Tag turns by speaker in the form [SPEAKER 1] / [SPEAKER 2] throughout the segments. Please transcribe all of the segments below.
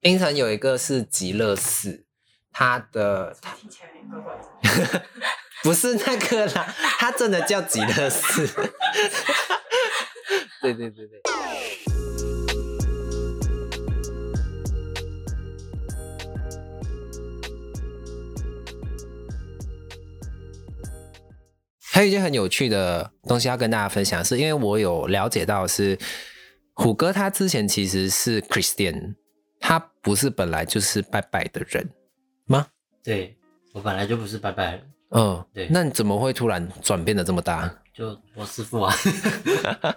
[SPEAKER 1] 槟城有一个是极乐寺，它的它
[SPEAKER 2] 听起来有点怪怪的。
[SPEAKER 1] 不是那个啦，它真的叫极乐寺。 对对对对。还有一件很有趣的东西要跟大家分享，是因为我有了解到是虎哥他之前其实是 Christian，他不是本来就是拜拜的人。
[SPEAKER 3] 对我本来就不是拜拜人，
[SPEAKER 1] 嗯，
[SPEAKER 3] 对
[SPEAKER 1] 那你怎么会突然转变的这么大？
[SPEAKER 3] 就我师 傅啊，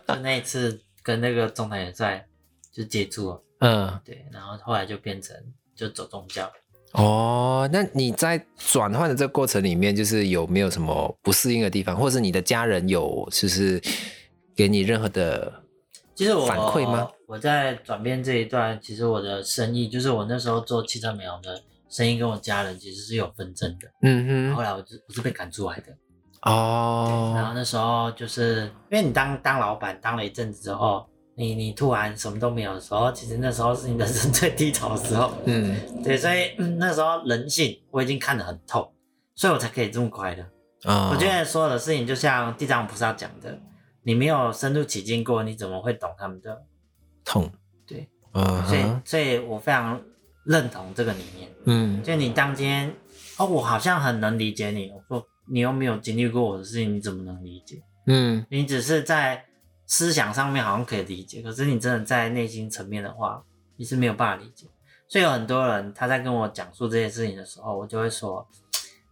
[SPEAKER 3] 就那一次跟那个中南元帅就接触了，
[SPEAKER 1] 嗯，
[SPEAKER 3] 对，然后后来就变成就走宗教，
[SPEAKER 1] 哦，那你在转换的这个过程里面，就是有没有什么不适应的地方，或者是你的家人有就是给你任何的
[SPEAKER 3] 其实我
[SPEAKER 1] 反馈吗？
[SPEAKER 3] 我在转变这一段，其实我的生意就是我那时候做汽车美容的生意，跟我家人其实是有纷争的。
[SPEAKER 1] 嗯
[SPEAKER 3] 后来我就我是被赶出来的，
[SPEAKER 1] 哼哦，
[SPEAKER 3] 然后那时候就是因为你当当老板当了一阵子之后，你你突然什么都没有的时候，其实那时候是你人生最低潮的时候。
[SPEAKER 1] 嗯
[SPEAKER 3] 对，所以、嗯那时候人性我已经看得很透，所以我才可以这么快乐。
[SPEAKER 1] 啊
[SPEAKER 3] 我觉得所有的事情就像地藏菩萨讲的，你没有深入其境过，你怎么会懂他们的？
[SPEAKER 1] 痛，
[SPEAKER 3] 对，
[SPEAKER 1] 嗯
[SPEAKER 3] 所以
[SPEAKER 1] 哼，
[SPEAKER 3] 所以我非常认同这个理念。
[SPEAKER 1] 嗯
[SPEAKER 3] 就你当天，哦，我好像很能理解你，我说你又没有经历过我的事情，你怎么能理解？
[SPEAKER 1] 嗯
[SPEAKER 3] 你只是在思想上面好像可以理解，可是你真的在内心层面的话，你是没有办法理解。所以有很多人他在跟我讲述这些事情的时候，我就会说，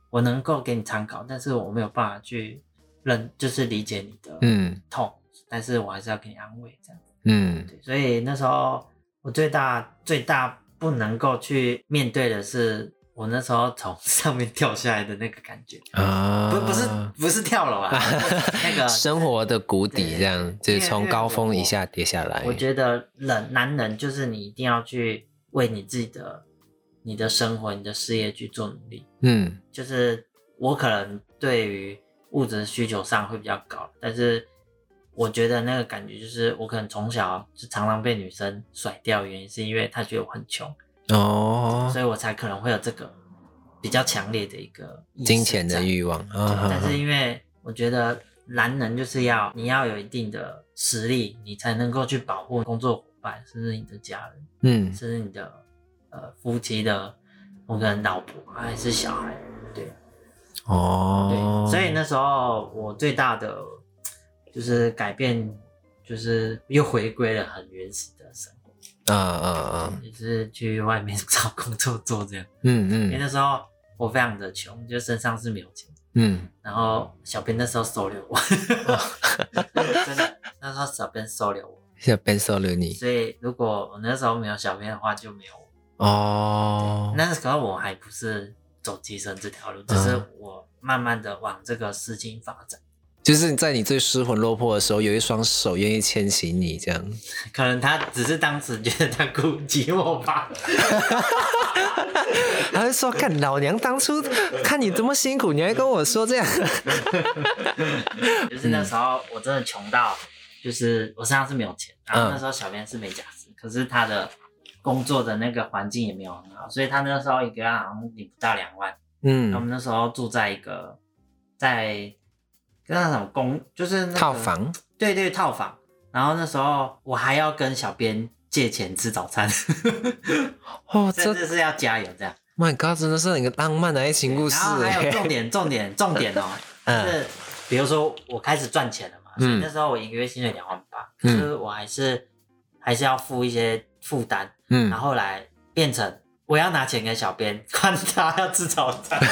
[SPEAKER 3] 我能够给你参考，但是我没有办法去认，就是理解你的
[SPEAKER 1] 嗯
[SPEAKER 3] 痛，但是我还是要给你安慰这样。
[SPEAKER 1] 嗯
[SPEAKER 3] 对，所以那时候我最大最大不能够去面对的是，我那时候从 上面掉下来的那个感觉，
[SPEAKER 1] 啊，
[SPEAKER 3] 不不是不是跳 楼啊，那个
[SPEAKER 1] 生活的谷底
[SPEAKER 3] 对
[SPEAKER 1] 这样，就是
[SPEAKER 3] 因为
[SPEAKER 1] 从
[SPEAKER 3] 因为
[SPEAKER 1] 高
[SPEAKER 3] 我
[SPEAKER 1] 峰一下跌下来。
[SPEAKER 3] 我觉得人男人就是你一定要去为你自己的、你的生活、你的事业去做努力。
[SPEAKER 1] 嗯
[SPEAKER 3] 就是我可能对于物质需求上会比较高，但是我觉得那个感觉就是我可能从小就常常被女生甩掉，原因是因为她觉得我很穷，
[SPEAKER 1] 哦，
[SPEAKER 3] 所以我才可能会有这个比较强烈的一个意识
[SPEAKER 1] 金钱的
[SPEAKER 3] 在
[SPEAKER 1] 欲望啊，
[SPEAKER 3] 但是因为我觉得男人就是要你要有一定的实力，你才能够去保护工作伙伴，甚至你的家人，
[SPEAKER 1] 嗯
[SPEAKER 3] 甚至你的呃夫妻的，我可能老婆啊还是小孩，对对、
[SPEAKER 1] 哦，
[SPEAKER 3] 所以那时候我最大的就是改变，就是又回归了很原始的生活，
[SPEAKER 1] 啊啊啊，
[SPEAKER 3] 就是去外面 找工作做这样，
[SPEAKER 1] 嗯
[SPEAKER 3] 因为
[SPEAKER 1] 嗯
[SPEAKER 3] 那时候我非常的穷，就身上是没有钱。
[SPEAKER 1] 嗯。
[SPEAKER 3] 然后小编那时候收留我，真的，那时候小编收留我，
[SPEAKER 1] 小编收留你
[SPEAKER 3] 所以如果我那时候没有小编的话，就没有我。
[SPEAKER 1] 哦，
[SPEAKER 3] 那时候我还不是走机身这条路，只是我慢慢的往这个事情发展。
[SPEAKER 1] 就是在你最失魂落魄的时候，有一双手愿意牵起你，这样。
[SPEAKER 3] 可能他只是当时觉得他顾及我吧，
[SPEAKER 1] 他就说：“看老娘当初看你这么辛苦，你还跟我说这样。
[SPEAKER 3] 就是那时候我真的穷到，就是我身上是没有钱，然后那时候小编是美甲师，可是他的工作的那个环境也没有很好，所以他那时候一个月好像领不到两万。”我
[SPEAKER 1] 嗯，
[SPEAKER 3] 们那时候住在一个在跟那种公，就是、那个
[SPEAKER 1] 套，房
[SPEAKER 3] 对对套房。然后那时候我还要跟小编借钱吃早 餐，
[SPEAKER 1] 哦，
[SPEAKER 3] 甚
[SPEAKER 1] 这
[SPEAKER 3] 至是要加油这样。
[SPEAKER 1] Oh My God，真的是一个浪漫的爱情故事
[SPEAKER 3] 然后还有重
[SPEAKER 1] 哎。
[SPEAKER 3] 点重点重点 哦，就
[SPEAKER 1] 嗯
[SPEAKER 3] 是比如说我开始赚钱了嘛，所以
[SPEAKER 1] 嗯
[SPEAKER 3] 那时候我一个月薪水两万八，可
[SPEAKER 1] 嗯
[SPEAKER 3] 是我还是还是要付一些负担，然
[SPEAKER 1] 嗯，
[SPEAKER 3] 后来变成我要拿钱给小编， 管他要吃早餐，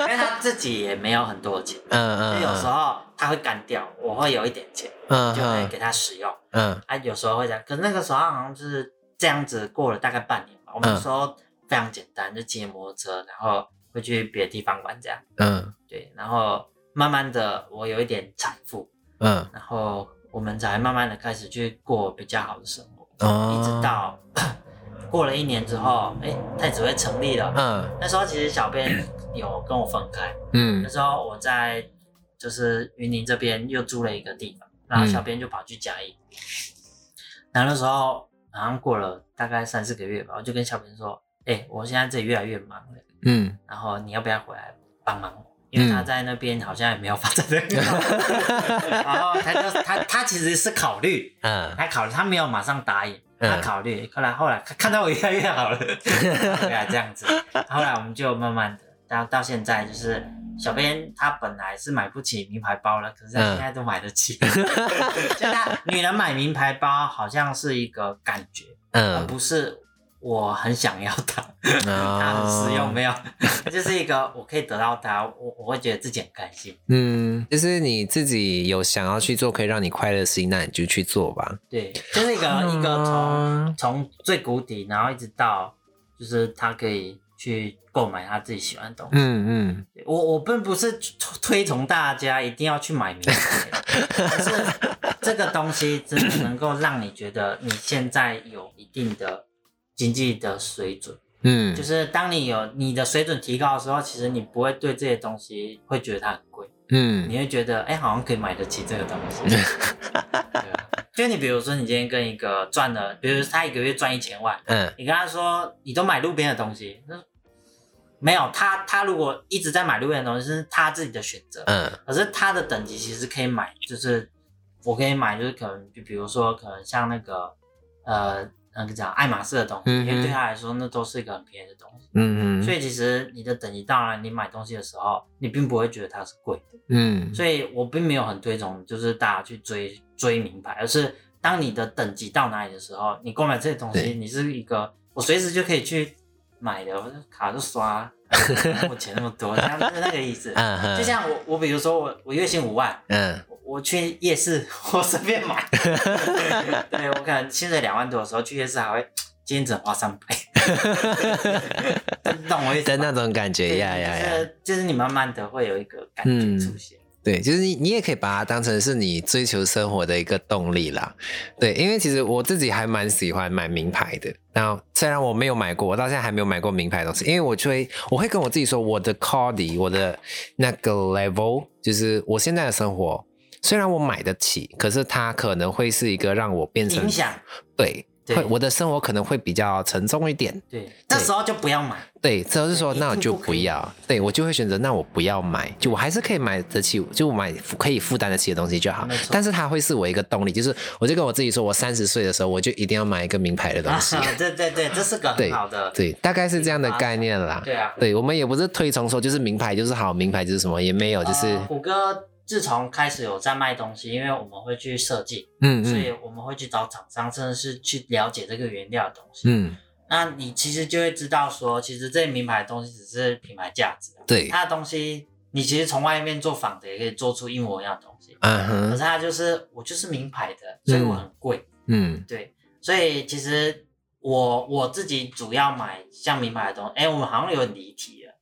[SPEAKER 3] 因为他自己也没有很多钱。
[SPEAKER 1] 嗯
[SPEAKER 3] 就
[SPEAKER 1] 嗯，
[SPEAKER 3] 有时候他会干掉，我会有一点钱，
[SPEAKER 1] 嗯
[SPEAKER 3] 就会给
[SPEAKER 1] 嗯
[SPEAKER 3] 他使用。
[SPEAKER 1] 嗯
[SPEAKER 3] 啊，有时候会这样，可是那个时候好像就是这样子过了大概半年吧。我们
[SPEAKER 1] 嗯
[SPEAKER 3] 那时候非常简单，就骑摩托车，然后会去别的地方玩这样。
[SPEAKER 1] 嗯
[SPEAKER 3] 对，然后慢慢的我有一点财富，
[SPEAKER 1] 嗯
[SPEAKER 3] 然后我们才慢慢的开始去过比较好的生活，一直
[SPEAKER 1] 哦，
[SPEAKER 3] 到 过了一年之后，哎、太子会成立了。
[SPEAKER 1] 嗯
[SPEAKER 3] 那时候其实小编有跟我分开，那
[SPEAKER 1] 嗯
[SPEAKER 3] 时候我在就是云林这边又租了一个地方，然后小编就跑去嘉义，然后那时候啊、好像过了大概三四个月吧，我就跟小平说：“哎、我现在这里越来越忙了，
[SPEAKER 1] 嗯，
[SPEAKER 3] 然后你要不要回来帮忙我？”因为他在那边好像也没有发展的很 好，然后他就他他其实是考虑，
[SPEAKER 1] 啊，
[SPEAKER 3] 他考虑他没有马上答应，
[SPEAKER 1] 嗯
[SPEAKER 3] 他考虑，后来后来看到我越来越好了， 对啊这样子，后来我们就慢慢的到到现在就是。小编她本来是买不起名牌包了，可是她
[SPEAKER 1] 嗯
[SPEAKER 3] 现在都买得起。 就她女人买名牌包好像是一个感觉，而
[SPEAKER 1] 嗯，
[SPEAKER 3] 不是我很想要它，它
[SPEAKER 1] 啊，
[SPEAKER 3] 很实用没有？ 就是一个我可以得到它，我我会觉得自己很开心。
[SPEAKER 1] 嗯，就是你自己有想要去做可以让你快乐的事情，那你就去做吧。
[SPEAKER 3] 对，就是一个、啊
[SPEAKER 1] 哦
[SPEAKER 3] 一个从从最谷底，然后一直到就是他可以去购买他自己喜欢的东西。
[SPEAKER 1] 嗯
[SPEAKER 3] 我我并不是推推崇大家一定要去买名牌，但是这个东西真的能够让你觉得你现在有一定的经济的水准。
[SPEAKER 1] 嗯
[SPEAKER 3] 就
[SPEAKER 1] 嗯
[SPEAKER 3] 是当你有你的水准提高的时候，其实你不会对这些东西会觉得它很贵，
[SPEAKER 1] 嗯
[SPEAKER 3] 你会觉得哎、好像可以买得起这个东西。 对啊，就你比如说，你今天跟一个赚了，比如他一个月赚一千万，
[SPEAKER 1] 嗯
[SPEAKER 3] 你跟他说你都买路边的东西，那没有他他如果一直在买路边的东西，是他自己的选择。
[SPEAKER 1] 嗯
[SPEAKER 3] 可是他的等级其实可以买，就是我可以买，就是可能就比如说可能像那个呃那个讲爱马仕的东西，
[SPEAKER 1] 嗯哼
[SPEAKER 3] 因为对他来说那都是一个很便宜的东西。
[SPEAKER 1] 嗯嗯
[SPEAKER 3] 所以其实你的等级到了，你买东西的时候，你并不会觉得它是贵的。
[SPEAKER 1] 嗯，
[SPEAKER 3] 所以我并没有很推崇，就是大家去追追名牌，而是当你的等级到哪里的时候，你购买这些东西，
[SPEAKER 1] 对
[SPEAKER 3] 你是一个我随时就可以去买的，我就卡就 刷，我钱那么多，这样就是那个意思。
[SPEAKER 1] 嗯
[SPEAKER 3] 就像我，我比如说我我月薪五万，
[SPEAKER 1] 嗯
[SPEAKER 3] 我我去夜市我随便买， 对我可能薪水两万多的时候去夜市还会今天只能花三百， 你懂我意思
[SPEAKER 1] 的
[SPEAKER 3] 吗？
[SPEAKER 1] 那种感觉
[SPEAKER 3] 对
[SPEAKER 1] 呀呀嗯
[SPEAKER 3] 就
[SPEAKER 1] 呀，
[SPEAKER 3] 是就是你慢慢的会有一个感觉出现。
[SPEAKER 1] 对，就是你你也可以把它当成是你追求生活的一个动力啦。对，因为其实我自己还蛮喜欢买名牌的。那虽然我没有买过，我到现在还没有买过名牌的东西，因为我就会我会跟我自己说，我的 quality，我的那个 level，就是我现在的生活，虽然我买得起，可是它可能会是一个让我变成
[SPEAKER 3] 影响
[SPEAKER 1] 对，
[SPEAKER 3] 对
[SPEAKER 1] 会我的生活可能会比较沉重一点。
[SPEAKER 3] 对，那时候就不要买。
[SPEAKER 1] 对，这就是说，
[SPEAKER 3] 对
[SPEAKER 1] 那
[SPEAKER 3] 一
[SPEAKER 1] 我
[SPEAKER 3] 定
[SPEAKER 1] 就
[SPEAKER 3] 不可
[SPEAKER 1] 不
[SPEAKER 3] 以
[SPEAKER 1] 要。对我就会选择，那我不要买，就我还是可以买得起，就我买可以负担得起的东西就好
[SPEAKER 3] 没错。
[SPEAKER 1] 但是它会是我一个动力，就是我就跟我自己说，我三十岁的时候，我就一定要买一个名牌的东
[SPEAKER 3] 啊
[SPEAKER 1] 西。，
[SPEAKER 3] 对对对，这是个很好的。
[SPEAKER 1] 对，大概是这样的概念啦。
[SPEAKER 3] 对啊，
[SPEAKER 1] 对，我们也不是推崇说就是名牌就是好，名牌就是什么也没有，就是
[SPEAKER 3] 呃虎哥自从开始有在卖东西，因为我们会去设计，
[SPEAKER 1] 嗯
[SPEAKER 3] 所以
[SPEAKER 1] 嗯
[SPEAKER 3] 我们会去找厂商，甚至是去了解这个原料的东西。
[SPEAKER 1] 嗯，
[SPEAKER 3] 那你其实就会知道说，其实这名牌的东西只是品牌价值啊，
[SPEAKER 1] 对，
[SPEAKER 3] 它的东西你其实从外面做仿的也可以做出一模一样的东西，
[SPEAKER 1] 嗯
[SPEAKER 3] 可
[SPEAKER 1] 哼
[SPEAKER 3] 是，它就是我就是名牌的，所以我很贵。
[SPEAKER 1] 嗯
[SPEAKER 3] 对，所以其实我我自己主要买像名牌的东西，哎、我们好像有点离题了。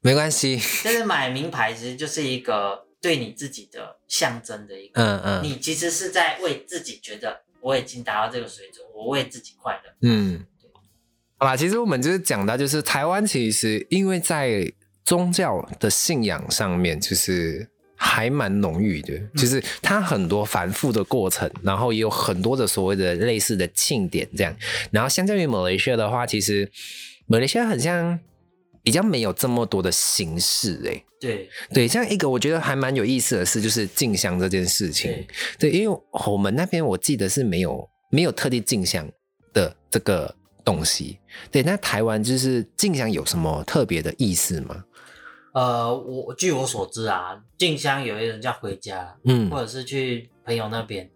[SPEAKER 1] 没关系，
[SPEAKER 3] 就是买名牌其实就是一个对你自己的象征的一个，
[SPEAKER 1] 嗯嗯
[SPEAKER 3] 你其实是在为自己觉得我已经达到这个水准，我为自己快乐。
[SPEAKER 1] 嗯，好啦，其实我们就是讲到，就是台湾其实因为在宗教的信仰上面，就是还蛮浓郁的，就是它很多繁复的过程，然后也有很多的所谓的类似的庆典这样。然后相较于马来西亚的话，其实马来西亚很像比较没有这么多的形式诶、
[SPEAKER 3] 对
[SPEAKER 1] 对，像一个我觉得还蛮有意思的事，就是进香这件事情。对，
[SPEAKER 3] 对，
[SPEAKER 1] 因为我们那边我记得是没有没有特地进香的这个东西。对，那台湾就是进香有什么特别的意思吗？
[SPEAKER 3] 呃，我据我所知啊，进香有一人叫回家，
[SPEAKER 1] 嗯
[SPEAKER 3] 或者是去朋友那边，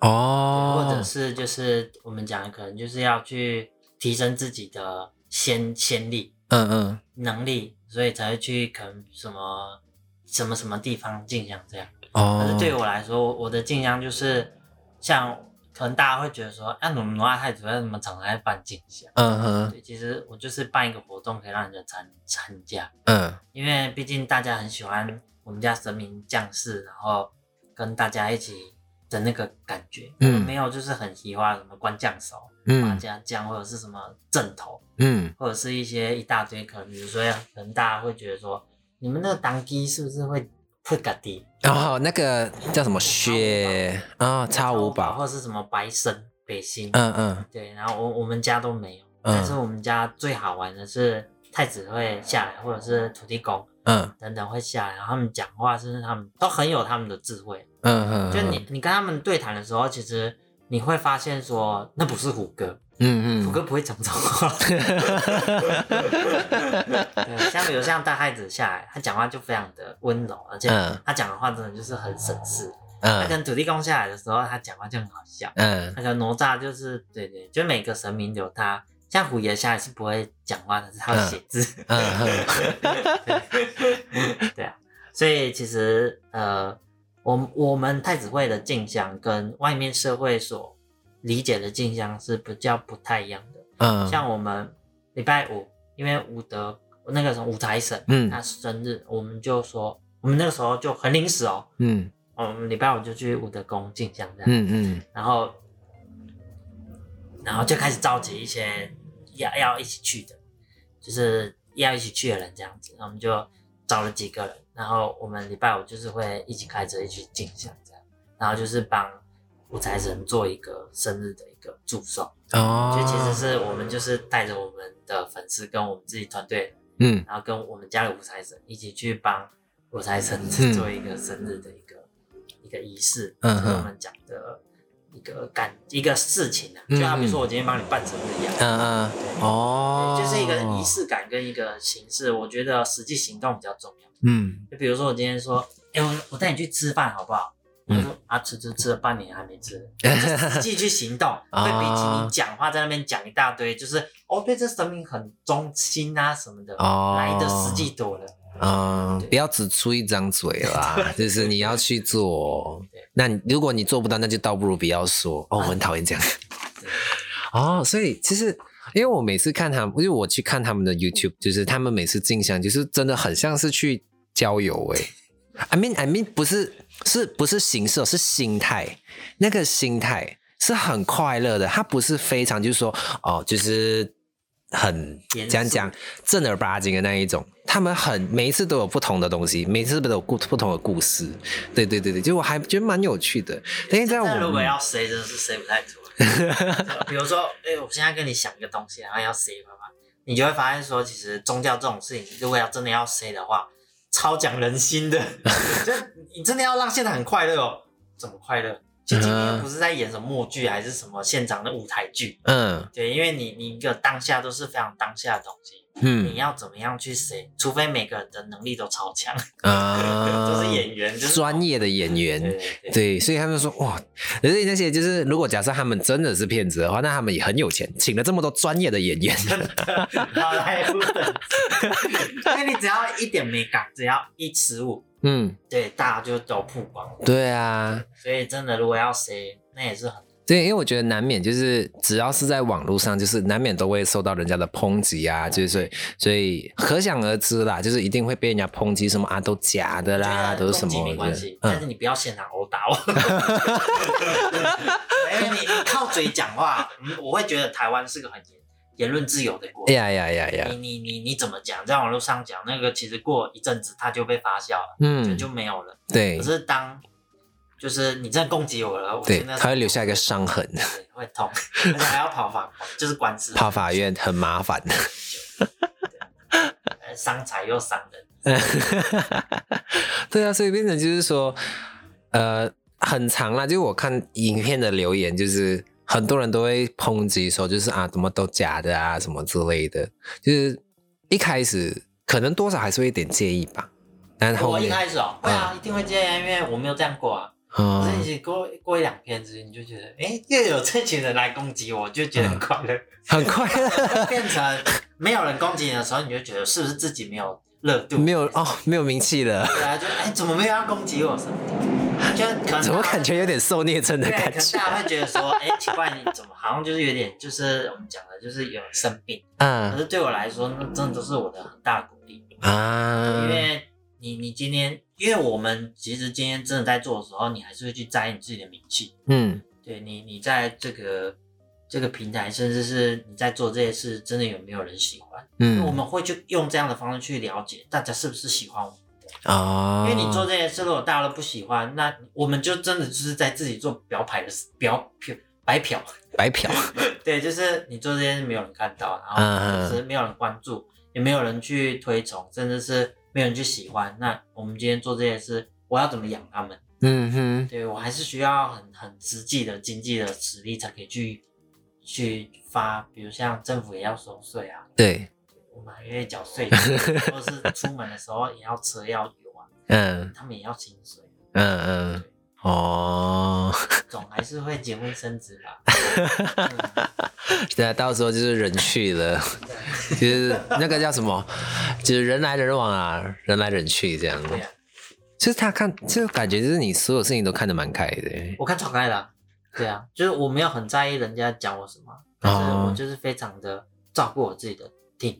[SPEAKER 1] 哦
[SPEAKER 3] 或者是就是我们讲的可能就是要去提升自己的先先力。
[SPEAKER 1] 嗯嗯
[SPEAKER 3] 能力，所以才会去可能什么什么什么地方进香这样。
[SPEAKER 1] 哦，
[SPEAKER 3] 可是对我来说，我我的进香就是像可能大家会觉得说，啊，努努阿太主要怎么常常在办进香？
[SPEAKER 1] 嗯哼
[SPEAKER 3] 对，其实我就是办一个活动，可以让人家参参加，
[SPEAKER 1] 嗯
[SPEAKER 3] 因为毕竟大家很喜欢我们家神明降世，然后跟大家一起的那个感觉。
[SPEAKER 1] 嗯
[SPEAKER 3] 没有就是很喜欢什么关将手、麻
[SPEAKER 1] 嗯
[SPEAKER 3] 将将或者是什么正头。
[SPEAKER 1] 嗯
[SPEAKER 3] 或者是一些一大堆，可能比如说，可能大家会觉得说，你们那个当机是不是会会嘎低
[SPEAKER 1] 哦然后那个叫什么薛啊，叉五
[SPEAKER 3] 或
[SPEAKER 1] 宝，
[SPEAKER 3] 者是什么白参，北新，
[SPEAKER 1] 嗯嗯
[SPEAKER 3] 对，然后我我们家都没有，
[SPEAKER 1] 嗯
[SPEAKER 3] 但是我们家最好玩的是太子会下来，或者是土地公
[SPEAKER 1] 嗯
[SPEAKER 3] 等等会下来，然后他们讲话，甚至他们都很有他们的智慧。
[SPEAKER 1] 嗯嗯，
[SPEAKER 3] 就你你跟他们对谈的时候，其实你会发现说，那不是虎哥，
[SPEAKER 1] 嗯
[SPEAKER 3] 虎
[SPEAKER 1] 嗯
[SPEAKER 3] 哥不会讲这种话。对，像比如像大太子下来，他讲话就非常的温柔，而且
[SPEAKER 1] 嗯
[SPEAKER 3] 他讲的话真的就是很省事。他
[SPEAKER 1] 嗯
[SPEAKER 3] 跟土地公下来的时候，他讲话就很好笑。
[SPEAKER 1] 嗯
[SPEAKER 3] 那个哪吒就是对对，就每个神明有他，像虎爷下来是不会讲话的，是他会写字。
[SPEAKER 1] 嗯
[SPEAKER 3] 对啊，所以其实呃，我我们太子会的进香跟外面社会所理解的进香是比较不太一样的。
[SPEAKER 1] 嗯，
[SPEAKER 3] 像我们礼拜五，因为武德那个什么武财神，
[SPEAKER 1] 嗯
[SPEAKER 3] 他生日，我们就说我们那个时候就很临时哦，
[SPEAKER 1] 嗯
[SPEAKER 3] 我们礼拜五就去武德宫进香这样。
[SPEAKER 1] 嗯嗯
[SPEAKER 3] 然后然后就开始召集一些要要一起去的，就是要一起去的人这样子，然后我们就找了几个人，然后我们礼拜五就是会一起开车一起进香这样，然后就是帮五财神做一个生日的一个祝寿，
[SPEAKER 1] 哦，
[SPEAKER 3] 就其实是我们就是带着我们的粉丝跟我们自己团队，
[SPEAKER 1] 嗯
[SPEAKER 3] 然后跟我们家的五财神一起去帮五财神
[SPEAKER 1] 嗯
[SPEAKER 3] 做一个生日的一个、一个仪式，
[SPEAKER 1] 嗯
[SPEAKER 3] 就是我
[SPEAKER 1] 嗯
[SPEAKER 3] 们讲的一个感一个事情啊，
[SPEAKER 1] 嗯
[SPEAKER 3] 就好比说我今天帮你办生日一样，
[SPEAKER 1] 嗯嗯
[SPEAKER 3] 对
[SPEAKER 1] 哦，
[SPEAKER 3] 对就是一个仪，式感跟一个形式，我觉得实际行动比较重要。
[SPEAKER 1] 嗯
[SPEAKER 3] 就比如说我今天说，哎、我我带你去吃饭好不好？他
[SPEAKER 1] 嗯
[SPEAKER 3] 说、啊，吃吃吃了半年还没吃，就实际去行动，
[SPEAKER 1] 啊
[SPEAKER 3] 会比起你讲话在那边讲一大堆，就是哦对这神明很忠心啊什么的，
[SPEAKER 1] 哦
[SPEAKER 3] 来的实际多了。
[SPEAKER 1] 嗯，不要只出一张嘴 啦，就是你要去做。那你如果你做不到，那就倒不如不要说。哦，我很讨厌这样。
[SPEAKER 3] 对
[SPEAKER 1] 哦，所以其实因为我每次看他们，因为我去看他们的 YouTube，就是他们每次进香，就是真的很像是去郊游诶、I mean, I mean，不是，是不是形式哦，是心态，那个心态是很快乐的，他不是非常就是说哦，就是很
[SPEAKER 3] 严肃
[SPEAKER 1] 讲讲正儿八经的那一种。他们很每一次都有不同的东西，每一次都有故不同的故事。对对对对，就我还觉得蛮有趣的。等一下我
[SPEAKER 3] 但
[SPEAKER 1] 们
[SPEAKER 3] 如果要塞，真的是塞不太出 来。比如说，哎、我现在跟你想一个东西，然后要塞妈妈，你就会发现说，其实宗教这种事情，如果要真的要塞的话，超讲人 心的。就你真的要让现场很快乐哦，怎么快乐？就今天又不是在演什么默剧，还是什么现场的舞台剧。
[SPEAKER 1] 嗯
[SPEAKER 3] 对，因为你你一个当下都是非常当下的东西，
[SPEAKER 1] 嗯
[SPEAKER 3] 你要怎么样去塞？除非每个人的能力都超强，
[SPEAKER 1] 啊，
[SPEAKER 3] 都是演员，就是
[SPEAKER 1] 专。业的演
[SPEAKER 3] 对
[SPEAKER 1] 员。
[SPEAKER 3] 对对
[SPEAKER 1] 对，所以他们说哇，可是那些就是，如果假设他们真的是骗子的话，那他们也很有钱，请了这么多专业的演 员。
[SPEAKER 3] 好莱坞的，所以你只要一点美感，只要一失误，
[SPEAKER 1] 嗯，
[SPEAKER 3] 对，大家就都曝光。
[SPEAKER 1] 对啊，
[SPEAKER 3] 所以真的，如果要谁，那也是很
[SPEAKER 1] 对，因为我觉得难免就是，只要是在网络上，就是难免都会受到人家的抨击啊，就是所以所以可想而知啦，就是一定会被人家抨击什么啊，都假的啦，
[SPEAKER 3] 对啊
[SPEAKER 1] 都是什
[SPEAKER 3] 攻击
[SPEAKER 1] 么
[SPEAKER 3] 没关系
[SPEAKER 1] 的，，
[SPEAKER 3] 但
[SPEAKER 1] 嗯
[SPEAKER 3] 是你不要现场殴 打我，因为你你靠嘴讲话，嗯我会觉得台湾是个很言言论自由的国
[SPEAKER 1] 哎呀
[SPEAKER 3] 家。
[SPEAKER 1] 呀呀呀
[SPEAKER 3] 你，你你你怎么讲，在网络上讲那个，其实过一阵子它就被发酵了，就
[SPEAKER 1] 嗯，
[SPEAKER 3] 就没有了。
[SPEAKER 1] 对
[SPEAKER 3] 可是当就是你真的攻击我了，我
[SPEAKER 1] 对，
[SPEAKER 3] 真的
[SPEAKER 1] 他会留下一个伤痕，
[SPEAKER 3] 对会痛，而且还要跑法，就是官司，
[SPEAKER 1] 跑法院很麻烦。
[SPEAKER 3] 呃伤财又伤人。
[SPEAKER 1] 对啊，所以变成就是说，呃，很长啦。就我看影片的留言，就是很多人都会抨击说，就是啊，怎么都假的啊，什么之类的。就是一开始可能多少还是会有点介意吧，但后
[SPEAKER 3] 我一
[SPEAKER 1] 面，
[SPEAKER 3] 开始哦，会啊，一定会这样，因为我没有这样过啊。可是
[SPEAKER 1] 嗯，
[SPEAKER 3] 你过过一两天之后，你就觉得，哎，又有这群人来攻击我，就觉
[SPEAKER 1] 嗯
[SPEAKER 3] 得很快乐。
[SPEAKER 1] 很快乐，
[SPEAKER 3] 变成没有人攻击你的时候，你就觉得是不是自己没有热度？
[SPEAKER 1] 没有哦，没有名气了，
[SPEAKER 3] 对啊，就哎，怎么没有要攻击我什么的？就可能
[SPEAKER 1] 怎么感觉有点受虐症的
[SPEAKER 3] 对，可
[SPEAKER 1] 感
[SPEAKER 3] 能
[SPEAKER 1] 觉？
[SPEAKER 3] 大家会觉得说，哎，奇怪，你怎么好像就是有点，就是我们讲的，就是有人生病。可
[SPEAKER 1] 嗯
[SPEAKER 3] 是对我来说，那真的都是我的很大的鼓励，因
[SPEAKER 1] 啊，
[SPEAKER 3] 为你你今天，因为我们其实今天真的在做的时候，你还是会去在意你自己的名气，
[SPEAKER 1] 嗯
[SPEAKER 3] 对你你在这个这个平台，甚至是你在做这些事，真的有没有人喜欢？我
[SPEAKER 1] 嗯
[SPEAKER 3] 们会去用这样的方式去了解大家是不是喜欢我们。
[SPEAKER 1] 哦，
[SPEAKER 3] 因为你做这些事，如果大家都不喜欢，那我们就真的就是在自己做表牌的表表白嫖。
[SPEAKER 1] 白嫖，
[SPEAKER 3] 对，就是你做这件事没有人看到，啊然
[SPEAKER 1] 嗯
[SPEAKER 3] 后只是没有人关注，也没有人去推崇，甚至是没有人去喜欢。那我们今天做这件事，我要怎么养他们？
[SPEAKER 1] 嗯哼，
[SPEAKER 3] 对我还是需要很很实际的经济的实力才可以去去发，比如像政府也要收税啊，
[SPEAKER 1] 对，
[SPEAKER 3] 我们还要缴税金，或者是出门的时候也要车要油啊，
[SPEAKER 1] 嗯
[SPEAKER 3] 他们也要薪水。啊
[SPEAKER 1] 嗯嗯，
[SPEAKER 3] 对
[SPEAKER 1] 哦，
[SPEAKER 3] 总还是会结婚生子吧。
[SPEAKER 1] 对啊，到时候就是人去了，就是那个叫什么，就是人来人往啊，人来人去这样。
[SPEAKER 3] 对啊呀、
[SPEAKER 1] 就是他看，就感觉就是你所有事情都看得蛮开的。
[SPEAKER 3] 我看超开了、对啊，就是我没有很在意人家讲我什么，但是我就是非常的照顾我自己的 team。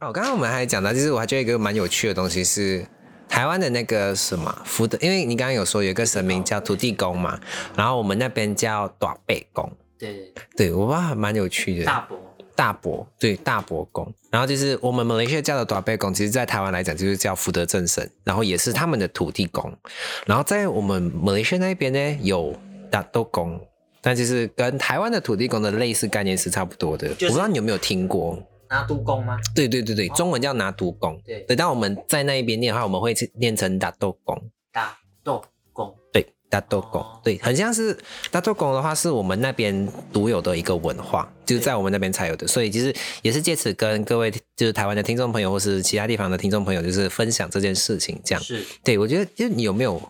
[SPEAKER 1] 哦，刚刚我们还讲到，就是我还觉得一个蛮有趣的东西是。台湾的那个什么福德，因为你刚刚有说有一个神明叫土地公嘛，然后我们那边叫短背公，
[SPEAKER 3] 对对对，
[SPEAKER 1] 对我爸蛮有趣的。
[SPEAKER 3] 大伯，
[SPEAKER 1] 大伯，对大伯公。然后就是我们马来西亚叫的短背公，其实在台湾来讲就是叫福德正神，然后也是他们的土地公。然后在我们马来西亚那边呢，有打斗公，但就是跟台湾的土地公的类似概念是差不多的。
[SPEAKER 3] 就是
[SPEAKER 1] 我不知道你有没有听过？
[SPEAKER 3] 拿督公吗？
[SPEAKER 1] 对对对对，中文叫拿督公。
[SPEAKER 3] 对
[SPEAKER 1] 对，但我们在那一边念的话，我们会念成打斗公。
[SPEAKER 3] 打斗公。
[SPEAKER 1] 对，大豆狗，
[SPEAKER 3] 哦
[SPEAKER 1] 对，很像是大豆狗的话，是我们那边独有的一个文化，就是在我们那边才有的，所以其实也是借此跟各位就是台湾的听众朋友，或是其他地方的听众朋友，就是分享这件事情。这样，
[SPEAKER 3] 是，
[SPEAKER 1] 对我觉得，就你有没有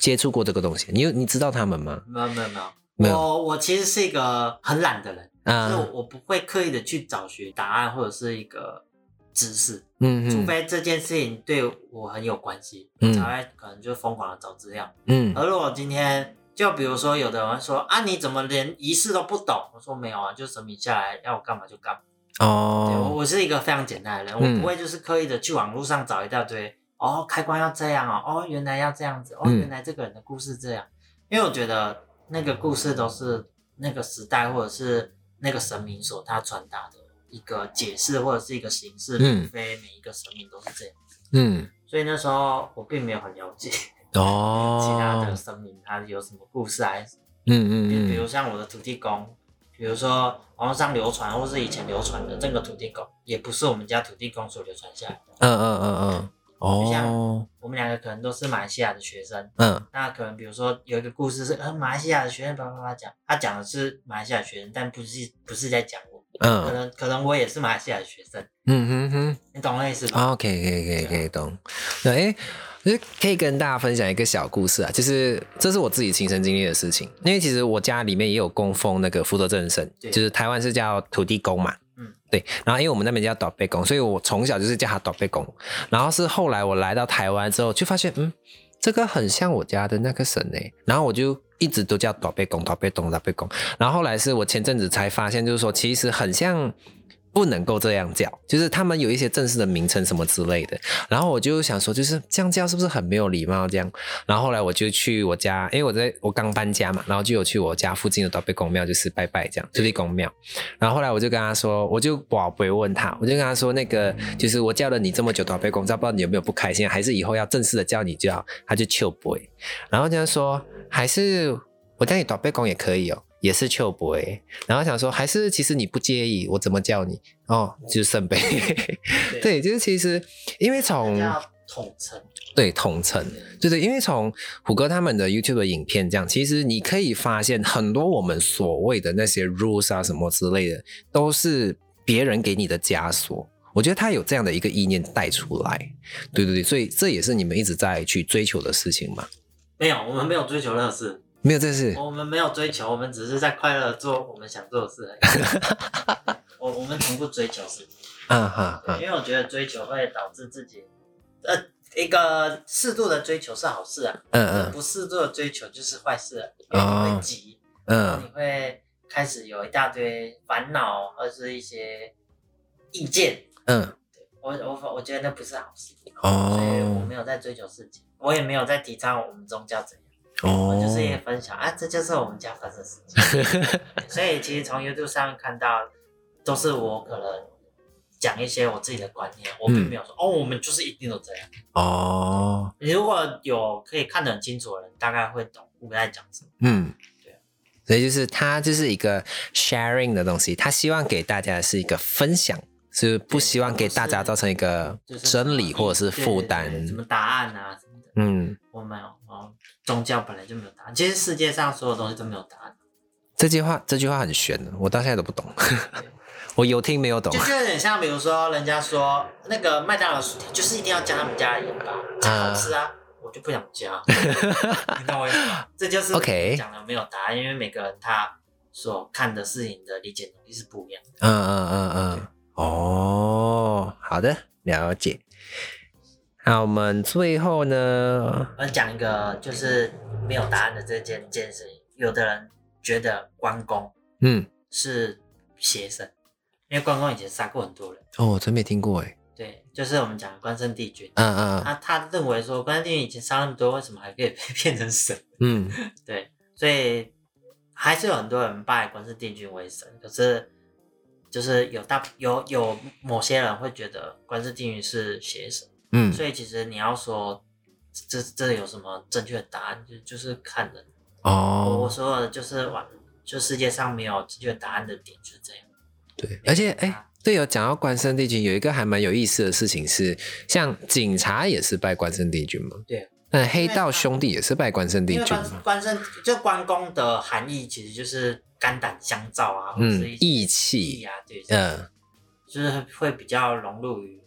[SPEAKER 1] 接触过这个东西？你有你知道他们吗？
[SPEAKER 3] 没有没有没有。
[SPEAKER 1] 没有
[SPEAKER 3] 我我其实是一个很懒的人，
[SPEAKER 1] 啊、
[SPEAKER 3] 就是我不会刻意的去找寻答案或者是一个知识，
[SPEAKER 1] 嗯
[SPEAKER 3] 除
[SPEAKER 1] 嗯
[SPEAKER 3] 非这件事情对我很有关系，
[SPEAKER 1] 嗯
[SPEAKER 3] 才会可能就疯狂的找资料。
[SPEAKER 1] 嗯
[SPEAKER 3] 而如果今天就比如说有的人说啊，你怎么连仪式都不懂？我说没有啊，就神明下来要我干嘛就干嘛。对我
[SPEAKER 1] 哦，
[SPEAKER 3] 我是一个非常简单的人，
[SPEAKER 1] 嗯
[SPEAKER 3] 我不会就是刻意的去网络上找一大堆哦，开关要这样哦，哦原来要这样子，哦
[SPEAKER 1] 嗯
[SPEAKER 3] 原来这个人的故事这样，因为我觉得那个故事都是那个时代或者是那个神明所他传达的一个解释或者是一个形式，
[SPEAKER 1] 嗯
[SPEAKER 3] 并非每一个神明都是这样。
[SPEAKER 1] 嗯
[SPEAKER 3] 所以那时候我并没有很了解其他
[SPEAKER 1] 哦
[SPEAKER 3] 的，神明他有什么故事还是
[SPEAKER 1] 嗯
[SPEAKER 3] 比比
[SPEAKER 1] 嗯
[SPEAKER 3] 如
[SPEAKER 1] 嗯，
[SPEAKER 3] 像我的土地公，比如说网络上流传或是以前流传的这个土地公，也不是我们家土地公所流传下来的。
[SPEAKER 1] 嗯嗯嗯嗯，
[SPEAKER 3] 就像
[SPEAKER 1] 哦，
[SPEAKER 3] 我们两个可能都是马来西亚的学生，
[SPEAKER 1] 嗯
[SPEAKER 3] 那可能比如说有一个故事是，呃，马来西亚的学生叭叭叭讲，他讲的是马来西亚学生，但不是不是在讲我，可
[SPEAKER 1] 嗯
[SPEAKER 3] 能可能我也是马来西亚的学生，
[SPEAKER 1] 嗯哼哼。
[SPEAKER 3] 你懂我意思吧？
[SPEAKER 1] 啊 OK，可以，可以，可以，懂。那哎，就是可以跟大家分享一个小故事啊，就是这是我自己亲身经历的事情。因为其实我家里面也有供奉那个福德正神，
[SPEAKER 3] 对
[SPEAKER 1] 就是台湾是叫土地公嘛。
[SPEAKER 3] 嗯
[SPEAKER 1] 对，然后因为我们那边叫倒背公，所以我从小就是叫他倒背公。然后是后来我来到台湾之后，就发现嗯，这个很像我家的那个神诶、然后我就一直都叫倒背公、倒背公、倒背公。然后后来是我前阵子才发现，就是说其实很像不能够这样叫，就是他们有一些正式的名称什么之类的。然后我就想说，就是这样叫是不是很没有礼貌？这样。然后后来我就去我家，因为我在我刚搬家嘛，然后就有去我家附近的倒背公庙，就是拜拜这样，土地公庙。然后后来我就跟他说，我就宝贝问他，我就跟他说，那个就是我叫了你这么久倒背公，知道不知道你有没有不开心？还是以后要正式的叫你就好？他就求不会，然后就说还是我叫你倒背公也可以哦。也是求不会，然后想说还是其实你不介意我怎么叫你哦，就是圣杯，对，就是其实因为从
[SPEAKER 3] 叫统称，
[SPEAKER 1] 对统称，对对，因为从虎哥他们的 YouTube 的影片这样，其实你可以发现很多我们所谓的那些 rules 啊什么之类的，都是别人给你的枷锁。我觉得他有这样的一个意念带出来，对对对，所以这也是你们一直在去追求的事情嘛。
[SPEAKER 3] 没有，我们没有追求乐事，
[SPEAKER 1] 没有这事，
[SPEAKER 3] 我们没有追求，我们只是在快乐地做我们想做的事而已。 我我们从不追求事情。
[SPEAKER 1] 啊哈
[SPEAKER 3] 对
[SPEAKER 1] 哈，
[SPEAKER 3] 因为我觉得追求会导致自己，呃，一个适度的追求是好事啊，
[SPEAKER 1] 嗯嗯
[SPEAKER 3] 不适度的追求就是坏事、啊，因为
[SPEAKER 1] 哦
[SPEAKER 3] 你会急，
[SPEAKER 1] 嗯
[SPEAKER 3] 你会开始有一大堆烦恼或是一些意见，
[SPEAKER 1] 嗯，
[SPEAKER 3] 我我我觉得那不是好事，所以我
[SPEAKER 1] 哦
[SPEAKER 3] 没有在追求事情，我也没有在提倡我们宗教怎样，我
[SPEAKER 1] 哦
[SPEAKER 3] 就是也分享啊，这就是我们家发生的事情，
[SPEAKER 1] 哦
[SPEAKER 3] 所以其实从 YouTube 上看到，都是我可能讲一些我自己的观念，我并
[SPEAKER 1] 嗯
[SPEAKER 3] 没有说、哦，我们就是一定都这样。
[SPEAKER 1] 哦，
[SPEAKER 3] 你如果有可以看得很清楚的人，大概会懂我在讲什么。
[SPEAKER 1] 嗯
[SPEAKER 3] 对啊，
[SPEAKER 1] 所以就是它就是一个 sharing 的东西，它希望给大家是一个分享，是不希望给大家造成一个
[SPEAKER 3] 就是
[SPEAKER 1] 真理或者是负
[SPEAKER 3] 对对对
[SPEAKER 1] 担
[SPEAKER 3] 什。么答案啊什么的。
[SPEAKER 1] 嗯，
[SPEAKER 3] 我没有，哦，宗教本来就没有答案。其实世界上所有东西都没有答案，
[SPEAKER 1] 这句话这句话很玄，我到现在都不懂， 我有听没有懂
[SPEAKER 3] 就。是有点像，比如说人家说那个麦当劳薯条就是一定要加他们家的盐巴才好吃啊，我就不想加。你懂我意思吗？这就是
[SPEAKER 1] OK
[SPEAKER 3] 讲的没有答案，因为每个人他所看的事情的理解能力是不一样的。
[SPEAKER 1] 嗯嗯嗯嗯，哦，好的，了解。那我们最后呢？
[SPEAKER 3] 我讲一个就是没有答案的这件件事情，有的人觉得关公
[SPEAKER 1] 嗯，
[SPEAKER 3] 是邪神，因为关公以前杀过很多人，
[SPEAKER 1] 哦，我真没听过哎。
[SPEAKER 3] 对，就是我们讲的关圣帝君。
[SPEAKER 1] 嗯嗯
[SPEAKER 3] 他他认为说，关帝以前杀那么多，为什么还可以被 变成神？
[SPEAKER 1] 嗯
[SPEAKER 3] 对，所以还是有很多人拜关圣帝君为神，可是就是有大有有某些人会觉得关圣帝君是邪神，
[SPEAKER 1] 嗯嗯，
[SPEAKER 3] 所以其实你要说这这有什么正确的答案，就就是看人。我我
[SPEAKER 1] 哦，
[SPEAKER 3] 说的就是往就世界上没有正确答案的点就是这样。
[SPEAKER 1] 对，而且哎。对，有讲到关圣帝君，有一个还蛮有意思的事情是，像警察也是拜关圣帝君嘛，
[SPEAKER 3] 对，
[SPEAKER 1] 那黑道兄弟也是拜关圣帝
[SPEAKER 3] 因为
[SPEAKER 1] 君
[SPEAKER 3] 关
[SPEAKER 1] 嘛，
[SPEAKER 3] 关圣就关公的含义其实就是肝胆相照啊，或者是
[SPEAKER 1] 嗯
[SPEAKER 3] 一，些
[SPEAKER 1] 义
[SPEAKER 3] 义
[SPEAKER 1] 气，
[SPEAKER 3] 啊，对，
[SPEAKER 1] 嗯
[SPEAKER 3] 就是会比较融入于，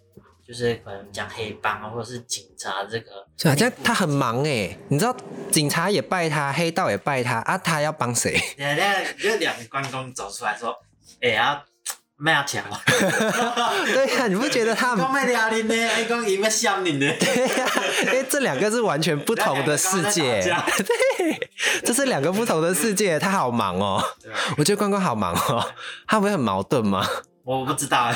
[SPEAKER 3] 就是可能讲黑帮啊，或者是警察这个。
[SPEAKER 1] 是啊，这样他很忙哎、你知道警察也拜他，黑道也拜他啊，他要帮谁？
[SPEAKER 3] 人家有两个关公走出来说：“哎、啊，卖要 钱吗？”
[SPEAKER 1] 对呀、你不觉得 他
[SPEAKER 3] 讲
[SPEAKER 1] 很
[SPEAKER 3] 卖聊你呢，还讲伊要笑你呢，
[SPEAKER 1] 对呀、因为这两个是完全不同的 世界，
[SPEAKER 3] 人家两个
[SPEAKER 1] 对，这是两个不同的世界，他好忙哦，
[SPEAKER 3] 对吧
[SPEAKER 1] 我觉得关关好忙哦，他不会很矛盾吗？
[SPEAKER 3] 我不知道，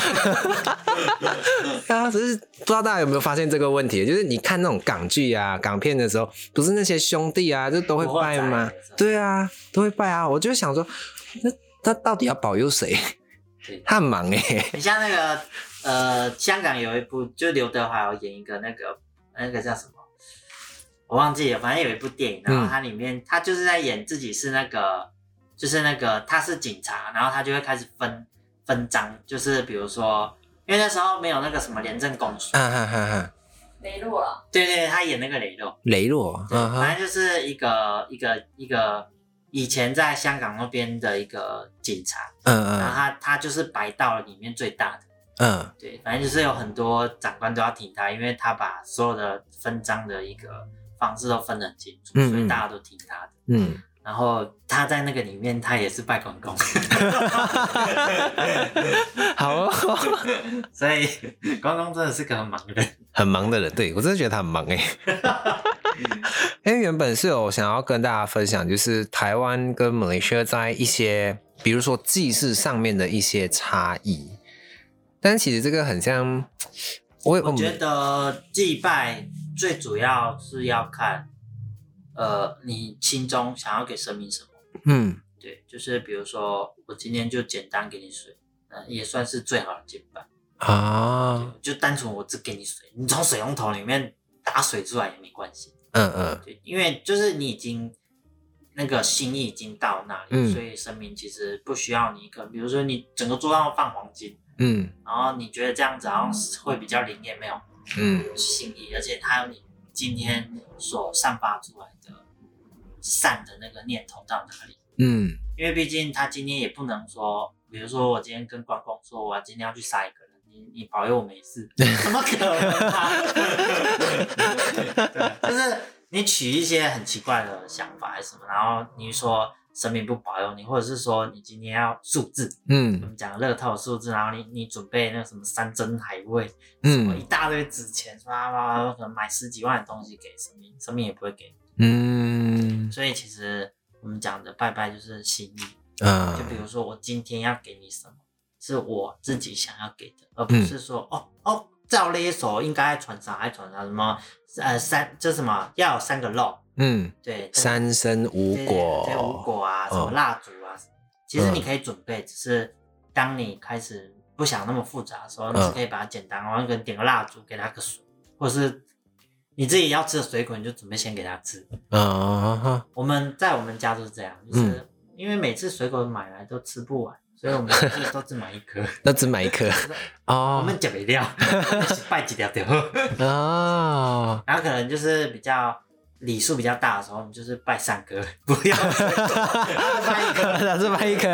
[SPEAKER 1] 啊，只是不知道大家有没有发现这个问题，就是你看那种港剧啊、港片的时候，不是那些兄弟啊，就都会拜吗
[SPEAKER 3] 古惑仔？
[SPEAKER 1] 对啊，都会拜啊。我就想说，那他到底要保佑谁
[SPEAKER 3] 对？
[SPEAKER 1] 他很忙哎、
[SPEAKER 3] 你像那个呃，香港有一部，就刘德华有演一个那个那个叫什么，我忘记了，反正有一部电
[SPEAKER 1] 嗯
[SPEAKER 3] 影，然后它里面、他就是在演自己是那个，就是那个他是警察，然后他就会开始分分赃，就是比如说，因为那时候没有那个什么廉政公署，
[SPEAKER 1] 啊哈哈哈，
[SPEAKER 2] 没落了。
[SPEAKER 3] 对对，他演那个雷洛，
[SPEAKER 1] 雷洛，嗯哼，
[SPEAKER 3] 反正就是一个一个一个以前在香港那边的一个警察，
[SPEAKER 1] 嗯
[SPEAKER 3] 然
[SPEAKER 1] 嗯
[SPEAKER 3] 后他他就是白道里面最大的。
[SPEAKER 1] 嗯，
[SPEAKER 3] 对，反正就是有很多长官都要挺他，因为他把所有的分赃的一个方式都分得很清楚，
[SPEAKER 1] 嗯嗯
[SPEAKER 3] 所以大家都挺他的。
[SPEAKER 1] 嗯，
[SPEAKER 3] 然后他在那个里面，他也是拜关公，
[SPEAKER 1] 好哦，
[SPEAKER 3] 所以关公真的是个很忙的人。
[SPEAKER 1] 很忙的人，对我真的觉得他很忙哎、因为原本是有想要跟大家分享，就是台湾跟马来西亚在一些，比如说祭祀上面的一些差异，但其实这个很像，我也
[SPEAKER 3] 我觉
[SPEAKER 1] 们
[SPEAKER 3] 得祭拜最主要是要看，呃，你心中想要给神明什么。
[SPEAKER 1] 嗯
[SPEAKER 3] 对，就是比如说，我今天就简单给你水，嗯、也算是最好的祭拜。
[SPEAKER 1] 啊，
[SPEAKER 3] 就单纯我只给你水，你从水龙头里面打水出来也没关系，
[SPEAKER 1] 嗯嗯
[SPEAKER 3] 对，因为就是你已经那个心意已经到那里，
[SPEAKER 1] 嗯
[SPEAKER 3] 所以神明其实不需要你一个，比如说你整个桌上放黄金，
[SPEAKER 1] 嗯
[SPEAKER 3] 然后你觉得这样子好像是会比较灵验，没有
[SPEAKER 1] 嗯
[SPEAKER 3] 心意，而且它有你今天所散发出来的善的那个念头到哪里，
[SPEAKER 1] 嗯
[SPEAKER 3] 因为毕竟他今天也不能说，比如说我今天跟关公说，我要今天要去杀一个人，你你保佑我没事，怎么可能啊？对 就是你取一些很奇怪的想法还是什么，然后你说神明不保佑你，或者是说你今天要数字，我
[SPEAKER 1] 嗯
[SPEAKER 3] 们讲乐透数字，然后你你准备那个什么山珍海味，什么一
[SPEAKER 1] 嗯
[SPEAKER 3] 大堆纸钱，哇哇哇，可能买十几万的东西给神明，神明也不会给你。
[SPEAKER 1] 嗯
[SPEAKER 3] 所以其实我们讲的拜拜就是心意。就
[SPEAKER 1] 啊
[SPEAKER 3] 比如说我今天要给你什么，是我自己想要给的，而不
[SPEAKER 1] 嗯
[SPEAKER 3] 是说、哦哦，照勒索应该传啥还传啥什么，呃三这什么要有三个肉，
[SPEAKER 1] 嗯，
[SPEAKER 3] 对，这
[SPEAKER 1] 三生无
[SPEAKER 3] 对
[SPEAKER 1] 果
[SPEAKER 3] 对无果啊，什么
[SPEAKER 1] 嗯
[SPEAKER 3] 蜡烛啊，其实
[SPEAKER 1] 嗯
[SPEAKER 3] 你可以准备，只是当你开始不想那么复杂的时候，你
[SPEAKER 1] 嗯
[SPEAKER 3] 是可以把它简单，然后给点个蜡烛，给他个水，或是你自己要吃的水果，你就准备先给他吃。
[SPEAKER 1] 啊哈嗯
[SPEAKER 3] 我们在我们家就是这样，就是因为每次水果买来都吃不完，所以我们就是都只买一 颗，
[SPEAKER 1] 那只买一颗
[SPEAKER 3] 我
[SPEAKER 1] 哦
[SPEAKER 3] 们减不掉，拜几条掉。
[SPEAKER 1] 哦，
[SPEAKER 3] 然后可能就是比较礼数比较大的时候，我们就是拜三颗，不要 拜一颗，
[SPEAKER 1] 那是买一颗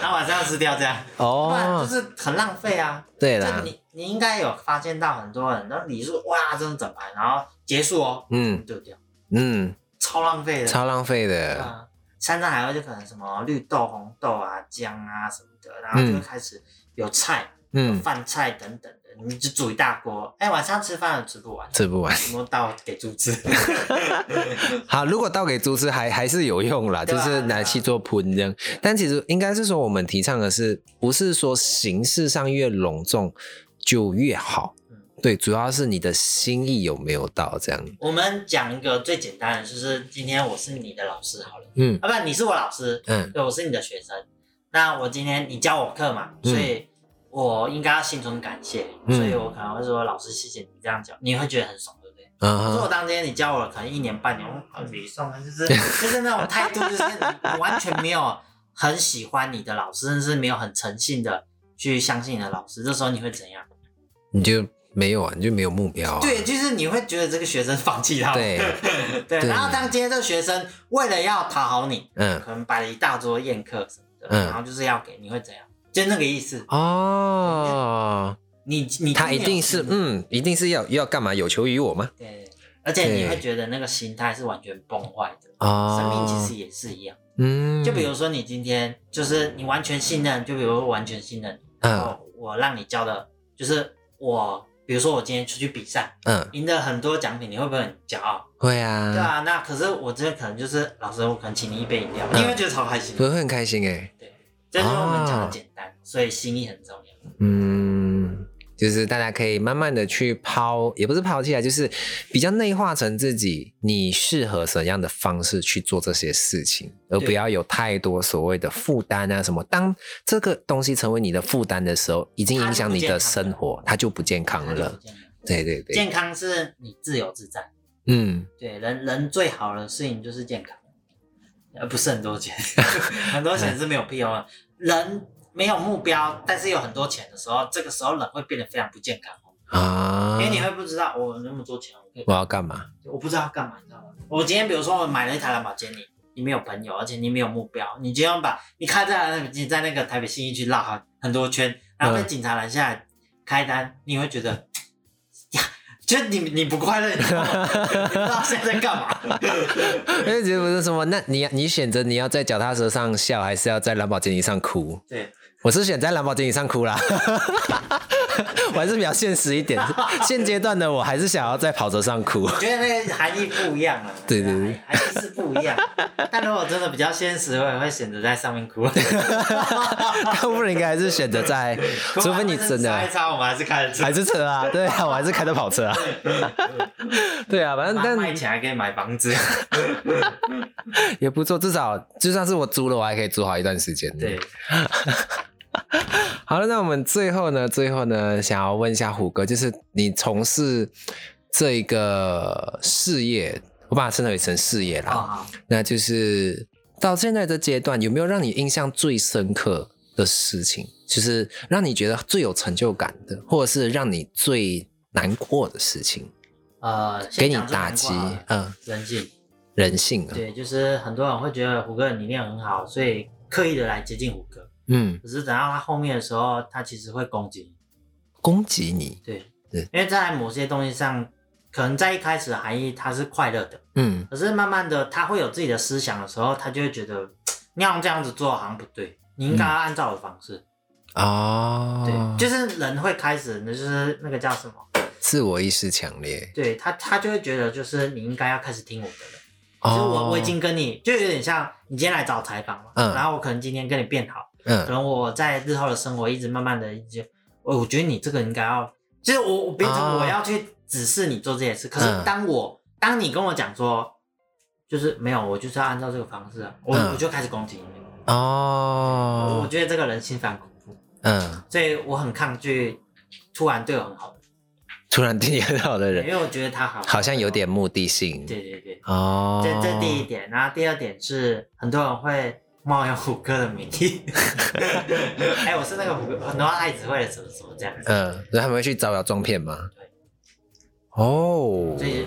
[SPEAKER 3] 然后晚上吃掉这样，不然就
[SPEAKER 1] 哦，
[SPEAKER 3] 是很浪费啊。
[SPEAKER 1] 对
[SPEAKER 3] 就
[SPEAKER 1] 啦，
[SPEAKER 3] 你你应该有发现到很多人，那礼数哇真的整排，然后结束哦，
[SPEAKER 1] 嗯
[SPEAKER 3] 丢掉，
[SPEAKER 1] 嗯，
[SPEAKER 3] 超浪费的。
[SPEAKER 1] 超浪费
[SPEAKER 3] 对
[SPEAKER 1] 的，
[SPEAKER 3] 啊，山上还会就可能什么绿豆、红豆啊、姜啊什么的，然后就会
[SPEAKER 1] 嗯
[SPEAKER 3] 开始有菜、
[SPEAKER 1] 嗯，
[SPEAKER 3] 饭菜等等的，你就煮一大锅，哎，晚上吃饭了吃不完，
[SPEAKER 1] 吃不完。
[SPEAKER 3] 什么倒给猪 吃。
[SPEAKER 1] 好，如果倒给猪吃还还是有用啦，
[SPEAKER 3] 对
[SPEAKER 1] 就
[SPEAKER 3] 啊
[SPEAKER 1] 是拿去做喷这样。但其实应该是说，我们提倡的是，不是说形式上越隆重就越好
[SPEAKER 3] 嗯？
[SPEAKER 1] 对，主要是你的心意有没有到这样。
[SPEAKER 3] 我们讲一个最简单的，就是今天我是你的老师好了，
[SPEAKER 1] 嗯
[SPEAKER 3] 啊，不然你是我老师，
[SPEAKER 1] 嗯，
[SPEAKER 3] 对，我是你的学生。那我今天你教我课嘛，
[SPEAKER 1] 嗯
[SPEAKER 3] 所以我应该要心存感谢，
[SPEAKER 1] 嗯
[SPEAKER 3] 所以我可能会说老师谢谢你这样教，你会觉得很爽，对不对？可是我
[SPEAKER 1] 啊，
[SPEAKER 3] 当天你教我可能一年半年，我很没送啊，就是 就是那种态度，就是你完全没有很喜欢你的老师，甚至没有很诚信的去相信你的老师，这时候你会怎样？
[SPEAKER 1] 你就没有啊，你就没有目标啊。
[SPEAKER 3] 对，就是你会觉得这个学生放弃他。
[SPEAKER 1] 对
[SPEAKER 3] 对，
[SPEAKER 1] 对
[SPEAKER 3] 然后当今天这个学生为了要讨好你，
[SPEAKER 1] 嗯，
[SPEAKER 3] 可能摆了一大桌宴客什么的，
[SPEAKER 1] 嗯
[SPEAKER 3] 然后就是要给，你会怎样？就那个意思，
[SPEAKER 1] 哦，
[SPEAKER 3] 你你
[SPEAKER 1] 他一
[SPEAKER 3] 没有
[SPEAKER 1] 定是
[SPEAKER 3] 心
[SPEAKER 1] 嗯，一定是要要干嘛？有求于我吗？
[SPEAKER 3] 对，而且你
[SPEAKER 1] 对
[SPEAKER 3] 会觉得那个心态是完全崩坏的。
[SPEAKER 1] 哦，
[SPEAKER 3] 生命其实也是一样。
[SPEAKER 1] 嗯，
[SPEAKER 3] 就比如说你今天就是你完全信任，就比如说完全信任，
[SPEAKER 1] 嗯
[SPEAKER 3] 我我让你教的，就是我，比如说我今天出去比赛，
[SPEAKER 1] 嗯，
[SPEAKER 3] 赢得很多奖品，你会不会很骄傲？
[SPEAKER 1] 会
[SPEAKER 3] 对
[SPEAKER 1] 啊，
[SPEAKER 3] 啊，那可是我这可能就是老师，我可能请你一杯饮料，
[SPEAKER 1] 嗯
[SPEAKER 3] 你会觉得超开心
[SPEAKER 1] 不。会很开心哎。
[SPEAKER 3] 对，这就是我们讲
[SPEAKER 1] 哦
[SPEAKER 3] 的简单，所以心意很重要。
[SPEAKER 1] 嗯，就是大家可以慢慢的去抛，也不是抛弃啊，就是比较内化成自己，你适合什么样的方式去做这些事情，而
[SPEAKER 3] 对
[SPEAKER 1] 不要有太多所谓的负担啊什么。当这个东西成为你的负担的时候，已经影响你的生活，它就不健康了。
[SPEAKER 3] 健康
[SPEAKER 1] 对对对，
[SPEAKER 3] 健康是你自由自在。
[SPEAKER 1] 嗯，
[SPEAKER 3] 对，人人最好的事情就是健康，而不是很多钱，很多钱是没有屁用的。人没有目标，但是有很多钱的时候，这个时候人会变得非常不健康，
[SPEAKER 1] 啊
[SPEAKER 3] 因，为你会不知道我有那么多钱，我可以
[SPEAKER 1] 我要干嘛？
[SPEAKER 3] 我不知道干嘛，你知道吗？我今天比如说我买了一台兰博基尼，你没有朋友，而且你没有目标，你今天把你开这台兰博基尼在那个台北信义区绕很很多圈，然后被
[SPEAKER 1] 嗯
[SPEAKER 3] 警察拦下来开单，你会觉得呀，就是你你不快乐，你知道吗？你不知道现在在干嘛？
[SPEAKER 1] 因为觉得不是什么，那你你选择你要在脚踏车上笑，还是要在兰博基尼上哭？
[SPEAKER 3] 对，
[SPEAKER 1] 我是选在兰博基尼上哭啦， 我还是比较现实一点。现阶段的我还是想要在跑车上哭。
[SPEAKER 3] 我觉得那个含义不一样啊。
[SPEAKER 1] 对对对
[SPEAKER 3] 含义是不 一样。但如果真的比较现实，我也会选择在上面哭。
[SPEAKER 1] 大部分人应该还是选择在， 除非你真
[SPEAKER 3] 擦一
[SPEAKER 1] 的啊
[SPEAKER 3] 擦，我们还是开着车。
[SPEAKER 1] 还是车啊，对啊，我还是开着跑车 啊。对啊，反正
[SPEAKER 3] 卖卖
[SPEAKER 1] 但
[SPEAKER 3] 钱还可以买房 子。
[SPEAKER 1] 也不错，至少就算是我租了，我还可以租好一段时间。
[SPEAKER 3] 对，
[SPEAKER 1] 好了，那我们最后呢，最后呢，想要问一下虎哥，就是你从事这一个事业，我把它称之为成事业啦。
[SPEAKER 3] 好哦好。
[SPEAKER 1] 那就是到现在的阶段，有没有让你印象最深刻的事情？就是让你觉得最有成就感的，或者是让你最难过的事情，
[SPEAKER 3] 呃，先
[SPEAKER 1] 给你
[SPEAKER 3] 讲这
[SPEAKER 1] 打
[SPEAKER 3] 难
[SPEAKER 1] 击
[SPEAKER 3] 过好了，
[SPEAKER 1] 嗯，
[SPEAKER 3] 人性。
[SPEAKER 1] 人性啊，
[SPEAKER 3] 对，就是很多人会觉得胡歌的理念很好，所以刻意的来接近胡歌。
[SPEAKER 1] 嗯，
[SPEAKER 3] 可是等到他后面的时候，他其实会攻击你。
[SPEAKER 1] 攻击你，
[SPEAKER 3] 对，
[SPEAKER 1] 对
[SPEAKER 3] 因为在某些东西上，可能在一开始的含义他是快乐的，
[SPEAKER 1] 嗯
[SPEAKER 3] 可是慢慢的他会有自己的思想的时候，他就会觉得那样这样子做好像不对，你应该要按照我的方式。
[SPEAKER 1] 嗯哦，
[SPEAKER 3] 对，就是人会开始，那就是那个叫什么？
[SPEAKER 1] 自我意识强烈，
[SPEAKER 3] 对他，他就会觉得就是你应该要开始听我的了。
[SPEAKER 1] 哦，
[SPEAKER 3] 就是我我已经跟你就有点像你今天来找采访嘛，
[SPEAKER 1] 嗯
[SPEAKER 3] 然后我可能今天跟你变好，可
[SPEAKER 1] 嗯，
[SPEAKER 3] 能我在日后的生活一直慢慢的就，哦我我觉得你这个应该要，就是我我变成
[SPEAKER 1] 哦
[SPEAKER 3] 我要去指示你做这件事，可是
[SPEAKER 1] 嗯
[SPEAKER 3] 当我当你跟我讲说，就是没有，我就是要按照这个方式啊，我
[SPEAKER 1] 嗯
[SPEAKER 3] 我就开始攻击你，我我
[SPEAKER 1] 哦，
[SPEAKER 3] 觉得这个人心反恐怖，
[SPEAKER 1] 嗯，
[SPEAKER 3] 所以我很抗拒突然对我很好的
[SPEAKER 1] 突然对你很好的
[SPEAKER 3] 人，因
[SPEAKER 1] 人，
[SPEAKER 3] 为我觉得他好，
[SPEAKER 1] 好像有点目的性，
[SPEAKER 3] 对对对，
[SPEAKER 1] 哦，
[SPEAKER 3] 这这第一点，然后第二点是很多人会冒用胡歌的名 义， 哎、我是那个胡歌，很多他也只会了什么什么这样子，
[SPEAKER 1] 嗯，然后他们会去招摇撞骗吗
[SPEAKER 3] 对？
[SPEAKER 1] 哦
[SPEAKER 3] 所，以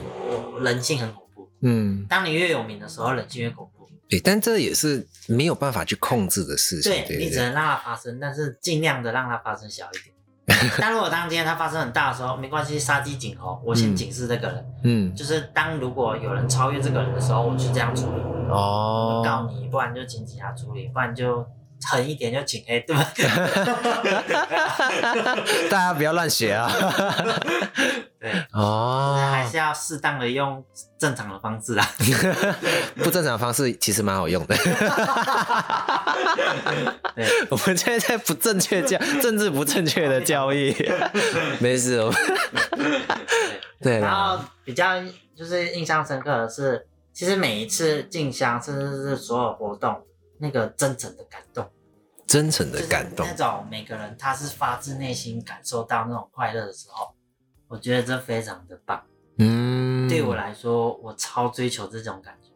[SPEAKER 3] 我人性很恐怖。
[SPEAKER 1] 嗯，
[SPEAKER 3] 当你越有名的时候，人性越恐怖。
[SPEAKER 1] 对，但这也是没有办法去控制的事情，
[SPEAKER 3] 对
[SPEAKER 1] 对对
[SPEAKER 3] 你只
[SPEAKER 1] 对
[SPEAKER 3] 能让它发生，但是尽量的让它发生小一点。但如果当今天它发生很大的时候，没关系，杀鸡儆猴。我先
[SPEAKER 1] 嗯
[SPEAKER 3] 警示这个人，
[SPEAKER 1] 嗯，
[SPEAKER 3] 就是当如果有人超越这个人的时候，我去这样处理，
[SPEAKER 1] 哦，
[SPEAKER 3] 告你，不然就请警察处理，不然就狠一点就请黑，对吧？
[SPEAKER 1] 大家不要乱学啊！
[SPEAKER 3] 对，还
[SPEAKER 1] 哦，
[SPEAKER 3] 是要适当的用正常的方式啊啦。
[SPEAKER 1] 不正常的方式其实蛮好用的。
[SPEAKER 3] 对，
[SPEAKER 1] 我们现在在不正确 教政治不正确的教育，没事哦。对啊
[SPEAKER 3] 然
[SPEAKER 1] 啦，
[SPEAKER 3] 后比较就是印象深刻的是，其实每一次进香，甚至是所有活动，那个真诚的感动，
[SPEAKER 1] 真诚
[SPEAKER 3] 就
[SPEAKER 1] 的
[SPEAKER 3] 是
[SPEAKER 1] 感动
[SPEAKER 3] 那，种每个人他是发自内心感受到那种快乐的时候，我觉得这非常的棒。
[SPEAKER 1] 嗯，
[SPEAKER 3] 对我来说，我超追求这种感觉，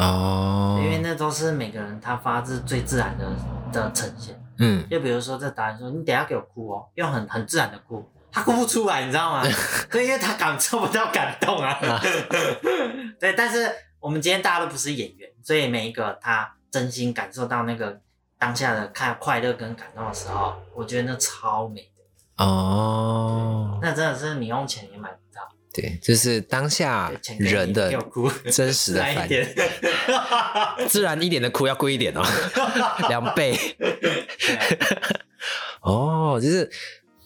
[SPEAKER 1] 哦，
[SPEAKER 3] 因为那都是每个人他发自最自然的的呈现。
[SPEAKER 1] 嗯，
[SPEAKER 3] 就比如说这导演说：“你等一下给我哭哦，用很很自然的哭。”他哭不出来，你知道吗？ 对，因为他感受不到感动啊。 对，但是我们今天大家都不是演员，所以每一个他真心感受到那个当下的看快乐跟感动的时候，我觉得那超美的，
[SPEAKER 1] 哦，
[SPEAKER 3] 那真的是你用钱也买不到，
[SPEAKER 1] 对，就是当下
[SPEAKER 3] 对钱给你
[SPEAKER 1] 人的
[SPEAKER 3] 给我哭，
[SPEAKER 1] 真实的
[SPEAKER 3] 来
[SPEAKER 1] 反
[SPEAKER 3] 一
[SPEAKER 1] 应，
[SPEAKER 3] 点。
[SPEAKER 1] 自然一点的哭要贵一 点哦，两倍。
[SPEAKER 3] 对
[SPEAKER 1] 哦，就是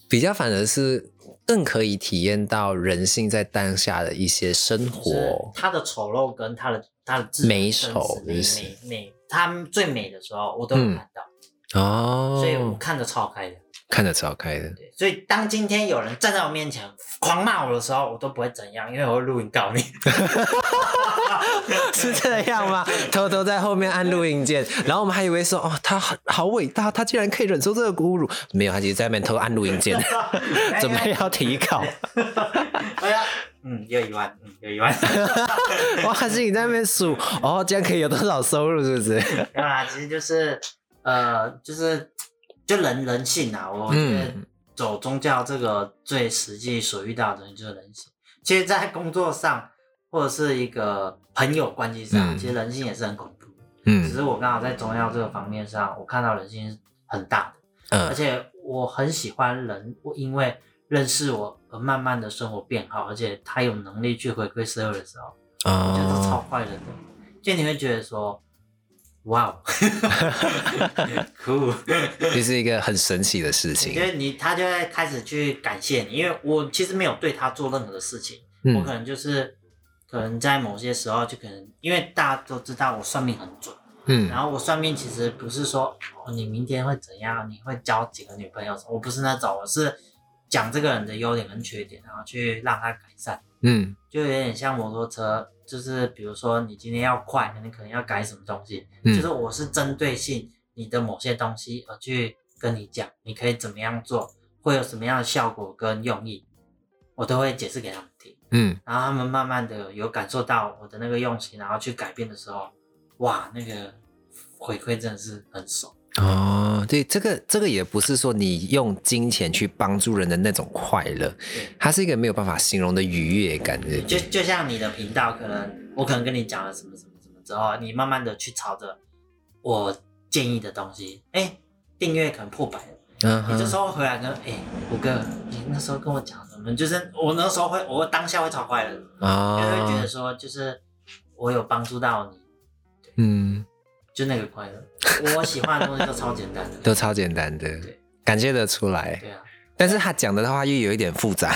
[SPEAKER 1] 比较反而是更可以体验到人性在当下的一些生
[SPEAKER 3] 就是
[SPEAKER 1] 活。
[SPEAKER 3] 他的丑陋跟他的他的自然
[SPEAKER 1] 美
[SPEAKER 3] 真实
[SPEAKER 1] 丑
[SPEAKER 3] 美
[SPEAKER 1] 就是
[SPEAKER 3] 美美，他们最美的时候我都有
[SPEAKER 1] 嗯
[SPEAKER 3] 看到，
[SPEAKER 1] 哦，
[SPEAKER 3] 所以我看得超开的。
[SPEAKER 1] 看得超开的。
[SPEAKER 3] 对，所以当今天有人站在我面前狂骂我的时候，我都不会怎样，因为我会录 音告你。
[SPEAKER 1] 是这样 吗？偷偷在后面按录音键，然后我们还以为说，哦，他好好伟大，他居然可以忍受这个侮辱。没有，他其实在那边偷按录音 键，准备要提 稿。
[SPEAKER 3] 哎呀，嗯，有一万，嗯，有一万。
[SPEAKER 1] 哇，还是你在那边数，哦，这样可以有多少收入？是不是？
[SPEAKER 3] 没有啦，其实就是呃，就是就人人性啊，我觉得
[SPEAKER 1] 嗯
[SPEAKER 3] 走宗教这个最实际所遇到的东西就是人性。其实，在工作上或者是一个朋友关系上，
[SPEAKER 1] 嗯
[SPEAKER 3] 其实人性也是很恐怖。只
[SPEAKER 1] 嗯
[SPEAKER 3] 是我刚好在宗教这个方面上，我看到人性是很大的。而
[SPEAKER 1] 嗯
[SPEAKER 3] 且我很喜欢人，我因为认识我而慢慢的生活变好，而且他有能力去回馈社会的时候，我觉得这超
[SPEAKER 1] 哦，
[SPEAKER 3] 快乐的。就你会觉得说，哇 哦，酷，
[SPEAKER 1] 这是一个很神奇的事
[SPEAKER 3] 因
[SPEAKER 1] 情。
[SPEAKER 3] 为你他就会开始去感谢你，因为我其实没有对他做任何的事情，我可
[SPEAKER 1] 嗯
[SPEAKER 3] 能就是可能在某些时候就可能，因为大家都知道我算命很准。
[SPEAKER 1] 嗯
[SPEAKER 3] 然后我算命其实不是说、哦、你明天会怎样，你会交几个女朋友什么，我不是那种，我是讲这个人的优点跟缺点，然后去让他改善，
[SPEAKER 1] 嗯
[SPEAKER 3] 就有点像摩托车，就是比如说你今天要快，你可能要改什么东西，
[SPEAKER 1] 嗯
[SPEAKER 3] 就是我是针对性你的某些东西而去跟你讲，你可以怎么样做，会有什么样的效果跟用意，我都会解释给他们听。
[SPEAKER 1] 嗯，
[SPEAKER 3] 然后他们慢慢的有感受到我的那个用心，然后去改变的时候，哇，那个回馈真的是很爽。
[SPEAKER 1] 哦，对，这个这个也不是说你用金钱去帮助人的那种快乐，
[SPEAKER 3] 对，
[SPEAKER 1] 它是一个没有办法形容的愉悦感。对
[SPEAKER 3] 就就像你的频道，可能我可能跟你讲了什么什么什么之后，你慢慢的去朝着我建议的东西，哎，订阅可能破百了，
[SPEAKER 1] 嗯
[SPEAKER 3] 你这时
[SPEAKER 1] 哼，
[SPEAKER 3] 候回来跟哎五哥，你那时候跟我讲什么？就是我那时候会，我当下会超快乐的，就会觉得
[SPEAKER 1] 哦，
[SPEAKER 3] 说，就是我有帮助到你，
[SPEAKER 1] 嗯，
[SPEAKER 3] 就那个 快乐。我喜欢的东西都超简单的。
[SPEAKER 1] 都超简单的，
[SPEAKER 3] 对
[SPEAKER 1] 感谢得出来。
[SPEAKER 3] 对啊，
[SPEAKER 1] 但是他讲的话又有一点复杂。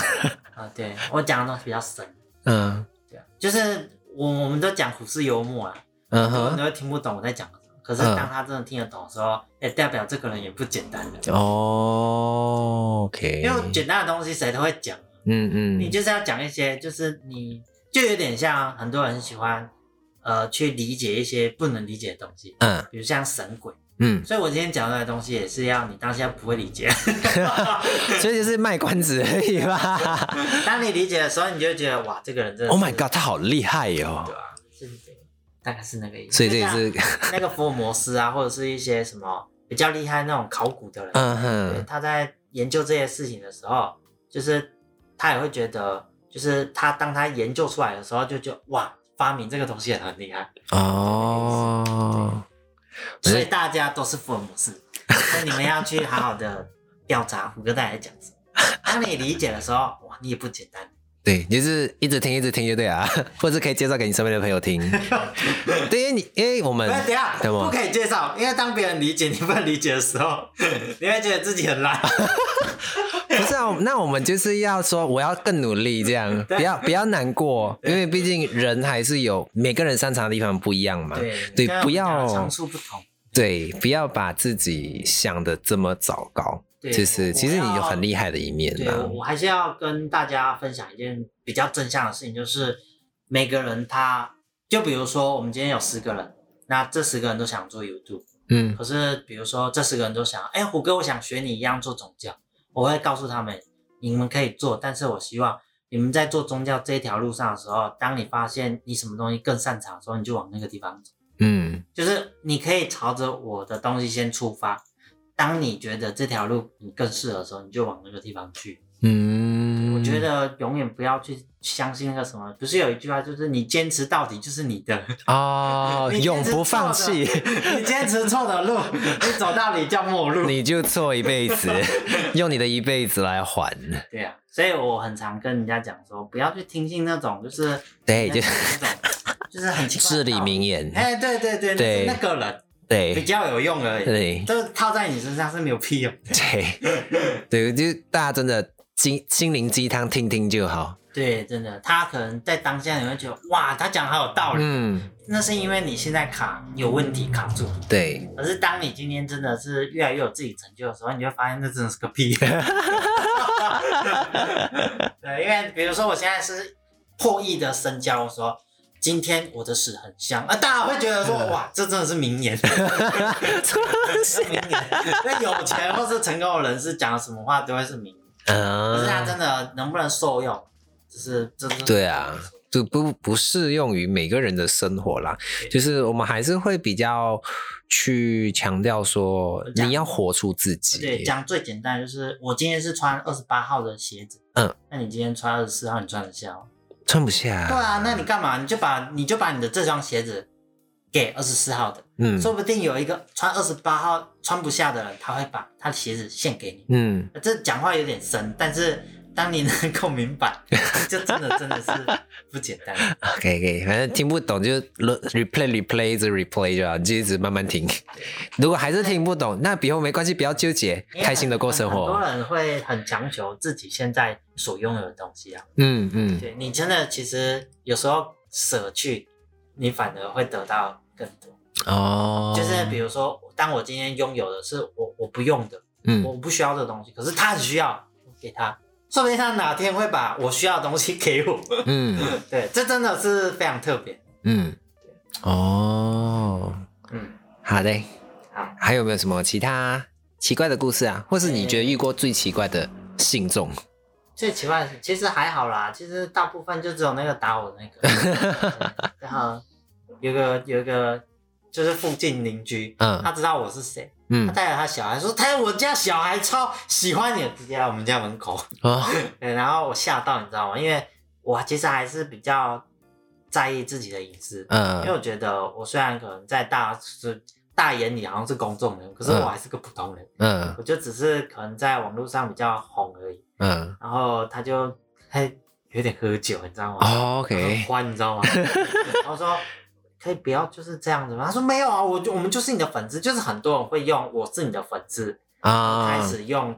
[SPEAKER 3] 啊，对我讲的东西比较深，
[SPEAKER 1] 嗯
[SPEAKER 3] 对啊，就是我我们都讲虎式幽默啊，
[SPEAKER 1] 嗯
[SPEAKER 3] 很多
[SPEAKER 1] 哼，
[SPEAKER 3] 人都听不懂我在讲什么。可是
[SPEAKER 1] 嗯
[SPEAKER 3] 当他真的听得懂的时候，也代表这个人也不简单的，
[SPEAKER 1] 哦，OK，
[SPEAKER 3] 因为简单的东西谁都会讲，
[SPEAKER 1] 嗯
[SPEAKER 3] 你
[SPEAKER 1] 嗯
[SPEAKER 3] 就是要讲一些，就是你就有点像很多人喜欢，呃，去理解一些不能理解的东西，
[SPEAKER 1] 嗯
[SPEAKER 3] 比如像神鬼。
[SPEAKER 1] 嗯，
[SPEAKER 3] 所以我今天讲出来的东西也是要你当下不会理解，
[SPEAKER 1] 所以就是卖关子而已吧。
[SPEAKER 3] 当你理解的时候，你就会觉得哇，这个人真的
[SPEAKER 1] Oh
[SPEAKER 3] 是
[SPEAKER 1] my god，他好厉害哟、哦
[SPEAKER 3] 对啊，是这样大概是那个意思。
[SPEAKER 1] 所以这也是，
[SPEAKER 3] 那个福尔摩斯啊，或者是一些什么比较厉害那种考古的人，
[SPEAKER 1] 嗯
[SPEAKER 3] 对，
[SPEAKER 1] 哼，
[SPEAKER 3] 他在研究这些事情的时候，就是他也会觉得，就是他当他研究出来的时候，就觉得哇，发明这个东西也很厉
[SPEAKER 1] 哎
[SPEAKER 3] 害，
[SPEAKER 1] 哦，
[SPEAKER 3] 所以大家都是福尔摩斯，所以你们要去好好的调查胡歌大爷讲什么。当你理解的时候，哇，你也不简单。
[SPEAKER 1] 对，你就是一直听一直听就对啊， 或者可以介绍给你身边的朋友 听。对，因为你因为我们
[SPEAKER 3] 不是，哎等一下
[SPEAKER 1] 对吗
[SPEAKER 3] 不可以介绍，因为当别人理解你不能理解的时候， 你会觉得自己很烂。
[SPEAKER 1] 不是啊，那我们就是要说，我要更努力，这 样不要不要难过，因为毕竟人还是有每个人擅长的地方不一样嘛。对
[SPEAKER 3] 跟，我
[SPEAKER 1] 不
[SPEAKER 3] 们讲的长
[SPEAKER 1] 要
[SPEAKER 3] 处不同。
[SPEAKER 1] 对，不要把自己想的这么糟糕。
[SPEAKER 3] 对
[SPEAKER 1] 就是
[SPEAKER 3] 我
[SPEAKER 1] 其实你有很厉害的一面
[SPEAKER 3] 对，
[SPEAKER 1] 呐、
[SPEAKER 3] 我我还是要跟大家分享一件比较正向的事情，就是每个人他，就比如说我们今天有十个人，那这十个人都想做 YouTube，
[SPEAKER 1] 嗯
[SPEAKER 3] 可是比如说这十个人都想，哎，虎哥，我想学你一样做宗教，我会告诉他们，你们可以做，但是我希望你们在做宗教这一条路上的时候，当你发现你什么东西更擅长的时候，你就往那个地方走。
[SPEAKER 1] 嗯
[SPEAKER 3] 就是你可以朝着我的东西先出发。当你觉得这条路你更适合的时候，你就往那个地方去。
[SPEAKER 1] 嗯，
[SPEAKER 3] 我觉得永远不要去相信那个什么，不是有一句话就是你坚持到底就是你的，
[SPEAKER 1] 哦，
[SPEAKER 3] 你
[SPEAKER 1] 永
[SPEAKER 3] 坚持
[SPEAKER 1] 不放
[SPEAKER 3] 错的
[SPEAKER 1] 弃，
[SPEAKER 3] 你坚持错 的路，你走到底叫陌路。
[SPEAKER 1] 你就错一辈 子，用你的一辈子来还。
[SPEAKER 3] 对啊，所以我很常跟人家讲说，不要去听信那种就是
[SPEAKER 1] 对，哎就
[SPEAKER 3] 那种就是很奇怪的
[SPEAKER 1] 至理
[SPEAKER 3] 道理
[SPEAKER 1] 名言。
[SPEAKER 3] 哎，对对对，
[SPEAKER 1] 对
[SPEAKER 3] 你是那个人比
[SPEAKER 1] 对
[SPEAKER 3] 较有用而已，
[SPEAKER 1] 对
[SPEAKER 3] 这套在你身上是没有屁用。
[SPEAKER 1] 对对，就是大家真的心心灵鸡汤听听就好。
[SPEAKER 3] 对，真的，他可能在当下你会觉得哇，他讲好有道理，
[SPEAKER 1] 嗯，
[SPEAKER 3] 那是因为你现在卡有问题卡住。
[SPEAKER 1] 对，
[SPEAKER 3] 可是当你今天真的是越来越有自己成就的时候，你就会发现那真的是个屁。 对，因为比如说我现在是破亿的身家，我说今天我的屎很香啊，大家会觉得说哇，这真的是名 言，
[SPEAKER 1] 啊
[SPEAKER 3] 是名言。那有钱或是成功的人士讲的什么话都会是名言，可是他
[SPEAKER 1] 啊，
[SPEAKER 3] 真的能不能受用，就是这是
[SPEAKER 1] 对啊，就不不适用于每个人的生活啦。就是我们还是会比较去强调说，
[SPEAKER 3] 讲
[SPEAKER 1] 你要活出自
[SPEAKER 3] 对，
[SPEAKER 1] 己。
[SPEAKER 3] 讲最简单就是，我今天是穿二十八号的鞋子，
[SPEAKER 1] 嗯，
[SPEAKER 3] 那你今天穿二十四号，你穿得下吗？
[SPEAKER 1] 穿不下。
[SPEAKER 3] 对啊，那你干嘛？你就把你就把你的这双鞋子给二十四号的，
[SPEAKER 1] 嗯
[SPEAKER 3] 说不定有一个穿二十八号穿不下的人，他会把他的鞋子献给你。呃
[SPEAKER 1] 嗯，
[SPEAKER 3] 这讲话有点深，但是当你能够明 白，就真的真的是不简单。
[SPEAKER 1] 可以可以，反正听不懂就 re- replay replay 一直 replay 就好，你就一直慢慢听。如果还是听不懂，那以后没关系，不要纠结，
[SPEAKER 3] 因为
[SPEAKER 1] 开心的过生
[SPEAKER 3] 很很
[SPEAKER 1] 活
[SPEAKER 3] 多。人会很强求自己现在所拥有的东西啊，
[SPEAKER 1] 嗯嗯，
[SPEAKER 3] 对你真的其实有时候舍去，你反而会得到更多。
[SPEAKER 1] 哦，
[SPEAKER 3] 就是比如说，当我今天拥有的是我我不用的，
[SPEAKER 1] 嗯，
[SPEAKER 3] 我不需要的东西，可是他很需要，我给他，说不定他哪天会把我需要的东西给我。
[SPEAKER 1] 嗯
[SPEAKER 3] 对，这真的是非常特别。
[SPEAKER 1] 嗯，哦，
[SPEAKER 3] 嗯，
[SPEAKER 1] 好嘞，
[SPEAKER 3] 好，
[SPEAKER 1] 还有没有什么其他奇怪的故事啊？或是你觉得遇过最奇怪的信众？
[SPEAKER 3] 最奇怪的是，其实还好啦，其实大部分就只有那个打我 那个，对然后有个有个就是附近邻居，
[SPEAKER 1] 嗯
[SPEAKER 3] 他知道我是谁，他
[SPEAKER 1] 嗯
[SPEAKER 3] 带着他小孩说：“他我家小孩超喜欢你，直接来我们家门口。
[SPEAKER 1] 哦，”
[SPEAKER 3] 对，然后我吓到，你知道吗？因为我其实还是比较在意自己的隐私，因为
[SPEAKER 1] 嗯
[SPEAKER 3] 我觉得我虽然可能在大是大眼里好像是公众人物，可是
[SPEAKER 1] 嗯
[SPEAKER 3] 我还是个普通人，
[SPEAKER 1] 嗯
[SPEAKER 3] 我就只是可能在网络上比较红而已。
[SPEAKER 1] 嗯
[SPEAKER 3] 然后他就他有点喝酒，你知道吗？
[SPEAKER 1] 哦
[SPEAKER 3] 很
[SPEAKER 1] ，OK，
[SPEAKER 3] 欢，你知道吗？ 然后说可以不要就是这样子吗？他说没有啊，我就我们就是你的粉丝，就是很多人会用我是你的粉丝，开
[SPEAKER 1] 啊，
[SPEAKER 3] 始用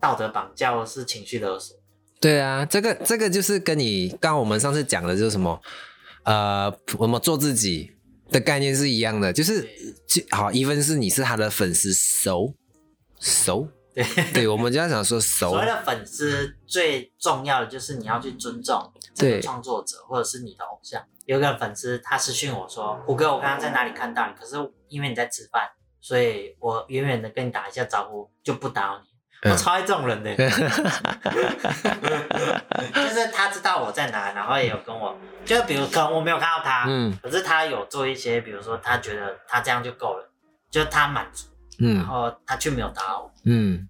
[SPEAKER 3] 道德绑架或是情绪勒索。
[SPEAKER 1] 对啊，这个这个就是跟你刚刚我们上次讲的就是什么，呃，我们做自己的概念是一样的，就是就好，even 是你是他的粉丝熟熟，
[SPEAKER 3] 对，
[SPEAKER 1] 对，我们就要想说熟
[SPEAKER 3] 所，谓的粉丝最重要的就是你要去尊重这
[SPEAKER 1] 对
[SPEAKER 3] 个创作者或者是你的偶像。有一个粉丝他私讯我说：“虎哥，我刚刚在哪里看到你？可是因为你在吃饭，所以我远远的跟你打一下招呼就不打扰你。”
[SPEAKER 1] 嗯
[SPEAKER 3] 我超爱这种 人的，就是他知道我在哪，然后也有跟我，就比如可能我没有看到他，
[SPEAKER 1] 嗯
[SPEAKER 3] 可是他有做一些，比如说他觉得他这样就够了，就他满足，然
[SPEAKER 1] 嗯
[SPEAKER 3] 后他却没有打扰我，
[SPEAKER 1] 嗯，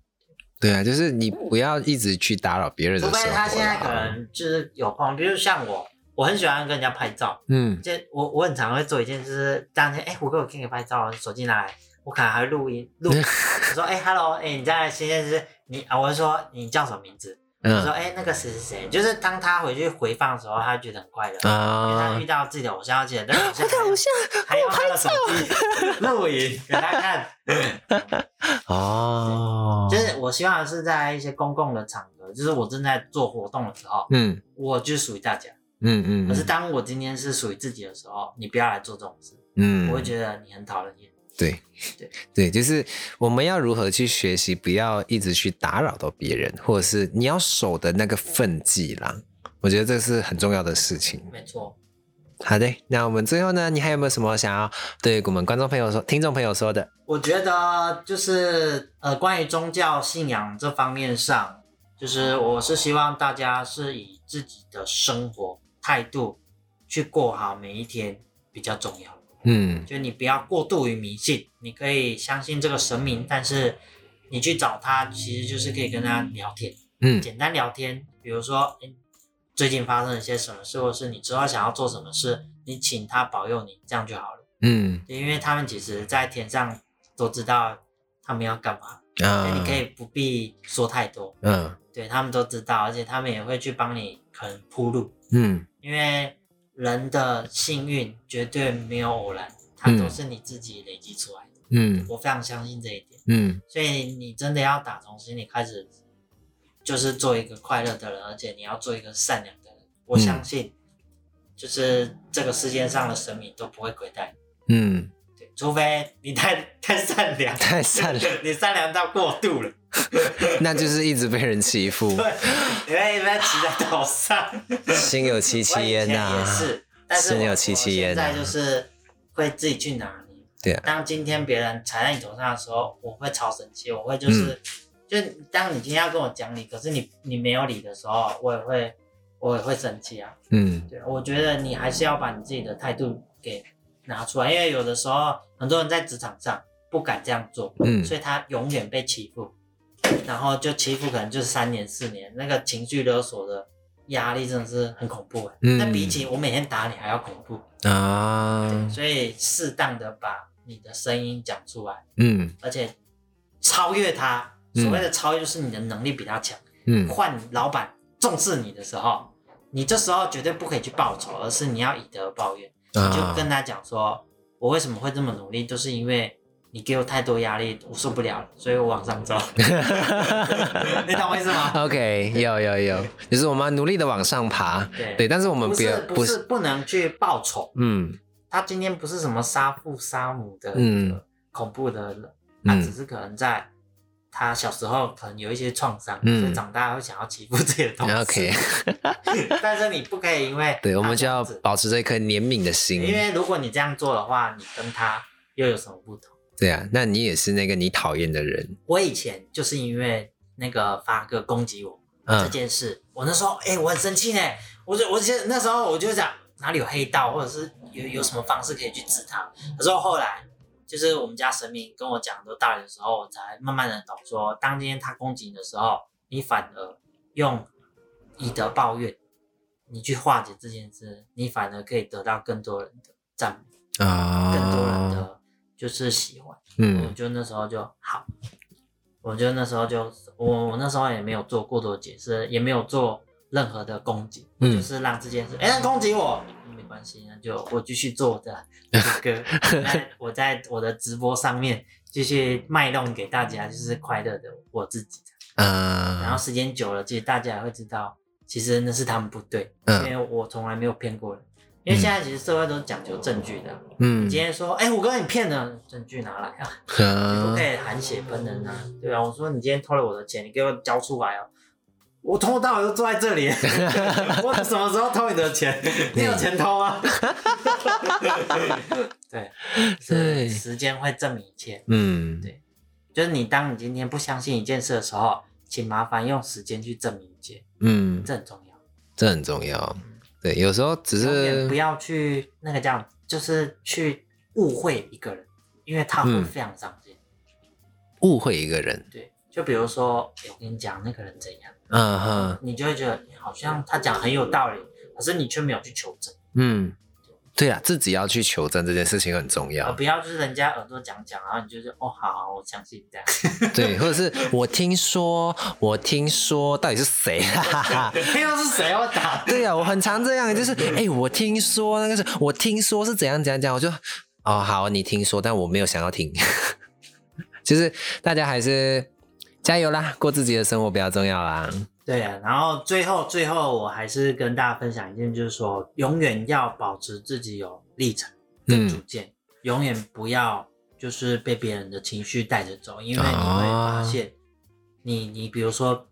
[SPEAKER 1] 对啊，就是你不要一直去打扰别人的
[SPEAKER 3] 除
[SPEAKER 1] 生活
[SPEAKER 3] 非
[SPEAKER 1] 啦。
[SPEAKER 3] 他现在可能就是有空，比如像我，我很喜欢跟人家拍照，
[SPEAKER 1] 嗯
[SPEAKER 3] 就我我很常会做一件事，当天哎、胡哥我给你拍照，手机拿来，我可能还会录音 录，我说哎、hello，哎、你在新鲜是你啊，我就说你叫什么名字？我说
[SPEAKER 1] 嗯
[SPEAKER 3] 哎、那个谁谁谁，就是当他回去回放的时候，他会觉得很快乐。因为他哎
[SPEAKER 1] 啊
[SPEAKER 3] 遇，到自己的偶像，而且那个偶像
[SPEAKER 1] 我的偶像
[SPEAKER 3] 还 用他的手机 录影给他看，
[SPEAKER 1] 哦，
[SPEAKER 3] 就是我希望是在一些公共的场合，就是我正在做活动的时候，
[SPEAKER 1] 嗯
[SPEAKER 3] 我就属于大家。
[SPEAKER 1] 嗯嗯，
[SPEAKER 3] 可是当我今天是属于自己的时候，你不要来做这种事，
[SPEAKER 1] 嗯，
[SPEAKER 3] 我会觉得你很讨人厌。
[SPEAKER 1] 对
[SPEAKER 3] 对
[SPEAKER 1] 对，就是我们要如何去学习，不要一直去打扰到别人，或者是你要守的那个分际啦。我觉得这是很重要的事情。
[SPEAKER 3] 没错，
[SPEAKER 1] 好的，那我们最后呢，你还有没有什么想要对我们观众朋友说、听众朋友说的？
[SPEAKER 3] 我觉得就是呃，关于宗教信仰这方面上，就是我是希望大家是以自己的生活态度去过好每一天比较重要。
[SPEAKER 1] 嗯
[SPEAKER 3] 就你不要过度于迷信，你可以相信这个神明，但是你去找他，其实就是可以跟他聊天，
[SPEAKER 1] 嗯
[SPEAKER 3] 简单聊天，比如说，诶最近发生了一些什么事，或是你之后想要做什么事，你请他保佑你，这样就好了。
[SPEAKER 1] 嗯
[SPEAKER 3] 因为他们其实在天上都知道他们要干嘛，所以
[SPEAKER 1] 啊
[SPEAKER 3] 你可以不必说太多，
[SPEAKER 1] 嗯
[SPEAKER 3] 对他们都知道，而且他们也会去帮你可能铺路，
[SPEAKER 1] 嗯
[SPEAKER 3] 因为人的幸运绝对没有偶然，它
[SPEAKER 1] 嗯
[SPEAKER 3] 都是你自己累积出来的。
[SPEAKER 1] 嗯
[SPEAKER 3] 我非常相信这一点，
[SPEAKER 1] 嗯
[SPEAKER 3] 所以你真的要打从心里开始，就是做一个快乐的人，而且你要做一个善良的人。我
[SPEAKER 1] 嗯
[SPEAKER 3] 相信，就是这个世界上的神明都不会亏待你，
[SPEAKER 1] 嗯，
[SPEAKER 3] 对，除非你太 太善良，
[SPEAKER 1] 太善良，
[SPEAKER 3] 你善良到过度了，
[SPEAKER 1] 那就是一直被人欺负
[SPEAKER 3] 对，，你会被骑在头上。
[SPEAKER 1] 心有戚
[SPEAKER 3] 我
[SPEAKER 1] 戚
[SPEAKER 3] 以
[SPEAKER 1] 焉
[SPEAKER 3] 前
[SPEAKER 1] 呐
[SPEAKER 3] 也。是，但是
[SPEAKER 1] 是
[SPEAKER 3] 我
[SPEAKER 1] 有戚戚
[SPEAKER 3] 我
[SPEAKER 1] 焉
[SPEAKER 3] 现在
[SPEAKER 1] 呐
[SPEAKER 3] 就是会自己去拿捏。
[SPEAKER 1] 对啊
[SPEAKER 3] 当今天别人踩在你头上的时候，我会超生气，我会就是，
[SPEAKER 1] 嗯
[SPEAKER 3] 就是当你今天要跟我讲理，可是你你没有理的时候，我也会我也会生气啊。
[SPEAKER 1] 嗯
[SPEAKER 3] 对，我觉得你还是要把你自己的态度给拿出来，因为有的时候很多人在职场上不敢这样做，
[SPEAKER 1] 嗯
[SPEAKER 3] 所以他永远被欺负，然后就欺负可能就是三年四年，那个情绪勒索的压力真的是很恐怖、欸。
[SPEAKER 1] 嗯
[SPEAKER 3] 那比起我每天打你还要恐怖，
[SPEAKER 1] 啊，
[SPEAKER 3] 所以适当的把你的声音讲出来，
[SPEAKER 1] 嗯
[SPEAKER 3] 而且超越他。
[SPEAKER 1] 嗯
[SPEAKER 3] 所谓的超越就是你的能力比他强。
[SPEAKER 1] 嗯
[SPEAKER 3] 换老板重视你的时候，你这时候绝对不可以去报仇，而是你要以德报怨，你就
[SPEAKER 1] 啊
[SPEAKER 3] 跟他讲说，我为什么会这么努力，就是因为你给我太多压力，我受不了了，所以我往 上走。你懂我意思吗？
[SPEAKER 1] ，OK，有有有，就是我们要努力的往上爬，
[SPEAKER 3] 对
[SPEAKER 1] 对，但是我们
[SPEAKER 3] 不
[SPEAKER 1] 要
[SPEAKER 3] 是不是，不能去报仇，
[SPEAKER 1] 嗯
[SPEAKER 3] 他今天不是什么杀父杀母的、
[SPEAKER 1] 嗯
[SPEAKER 3] 恐怖的人，他、啊只
[SPEAKER 1] 嗯
[SPEAKER 3] 是可能在。他小时候可能有一些创伤，
[SPEAKER 1] 嗯啊
[SPEAKER 3] 所以长大会想要欺负自己的同事。
[SPEAKER 1] ，OK，
[SPEAKER 3] 但是你不可以因为
[SPEAKER 1] 对，我
[SPEAKER 3] 他
[SPEAKER 1] 们就
[SPEAKER 3] 啊这样
[SPEAKER 1] 要
[SPEAKER 3] 子
[SPEAKER 1] 保持这一颗怜悯的心，
[SPEAKER 3] 因为如果你这样做的话，你跟他又有什么不同？
[SPEAKER 1] 对啊，那你也是那个你讨厌的人，
[SPEAKER 3] 我以前就是因为那个发哥攻击我、这
[SPEAKER 1] 嗯
[SPEAKER 3] 件事，我那时候哎、我很生气呢，我就我就那时候我就想哪里有黑道，或者是有有什么方式可以去治他。可是后来就是我们家神明跟我讲很多道理的时候，我才慢慢的懂说，当今天他攻击你的时候，你反而用以德报怨，你去化解这件事，你反而可以得到更多人的赞美。
[SPEAKER 1] 啊，
[SPEAKER 3] 更多人的就是喜欢。我
[SPEAKER 1] 嗯
[SPEAKER 3] 就那时候就好，我就那时候就我我那时候也没有做过多解释，也没有做任何的攻击，
[SPEAKER 1] 嗯
[SPEAKER 3] 就是让这件事，哎、攻击我没关系，那就我继续做我的这 个，在我在我的直播上面继续卖弄给大家，就是快乐的我自己。嗯然后
[SPEAKER 1] 啊，
[SPEAKER 3] 时间久了，其实大家也会知道，其实那是他们不对，因
[SPEAKER 1] 嗯
[SPEAKER 3] 为我从来没有骗过人。因为现在其实社会都讲究证据的，
[SPEAKER 1] 嗯
[SPEAKER 3] 你今天说，哎、我跟你骗了，证据拿来啊，你
[SPEAKER 1] 嗯
[SPEAKER 3] 不可以含血喷人啊，对啊，我说你今天偷了我的钱，你给我交出来哦。我从头到尾都坐在这里， 我什么时候偷你的钱？你有钱偷吗？ 对，
[SPEAKER 1] 对
[SPEAKER 3] 是时间会证明一切。
[SPEAKER 1] 嗯，
[SPEAKER 3] 对就是你当你今天不相信一件事的时候，请麻烦用时间去证明一切，
[SPEAKER 1] 嗯，
[SPEAKER 3] 这很重要。
[SPEAKER 1] 这很重要。对，有时候只
[SPEAKER 3] 永远
[SPEAKER 1] 是
[SPEAKER 3] 不要去那个叫，就是去误会一个人，因为他会
[SPEAKER 1] 嗯
[SPEAKER 3] 非常伤心。
[SPEAKER 1] 误会一个人，
[SPEAKER 3] 对，就比如说，诶我跟你讲那个人怎样，
[SPEAKER 1] 嗯哼，
[SPEAKER 3] 你就会觉得诶好像他讲很有道理，可是你却没有去求证，
[SPEAKER 1] 嗯，对啊，自己要去求证这件事情很重
[SPEAKER 3] 而
[SPEAKER 1] 要。
[SPEAKER 3] 不要就是人家耳朵讲讲，然后你就是哦好好，我相信 这样。
[SPEAKER 1] 对，或者是我听说，我听说到底是谁？ 哈哈哈。
[SPEAKER 3] 又是谁要打？
[SPEAKER 1] 对啊呀、我很常这样，就是哎、我听说那个是，我听说是怎样怎样怎样，我就哦好，你听说，但我没有想要听。 就是大家还是加油啦，过自己的生活比较重要啦。
[SPEAKER 3] 对啊，然后最后最后我还是跟大家分享一件，就是说永远要保持自己有立场跟主
[SPEAKER 1] 嗯
[SPEAKER 3] 见，永远不要就是被别人的情绪带着走，因为你会发现你，你比如说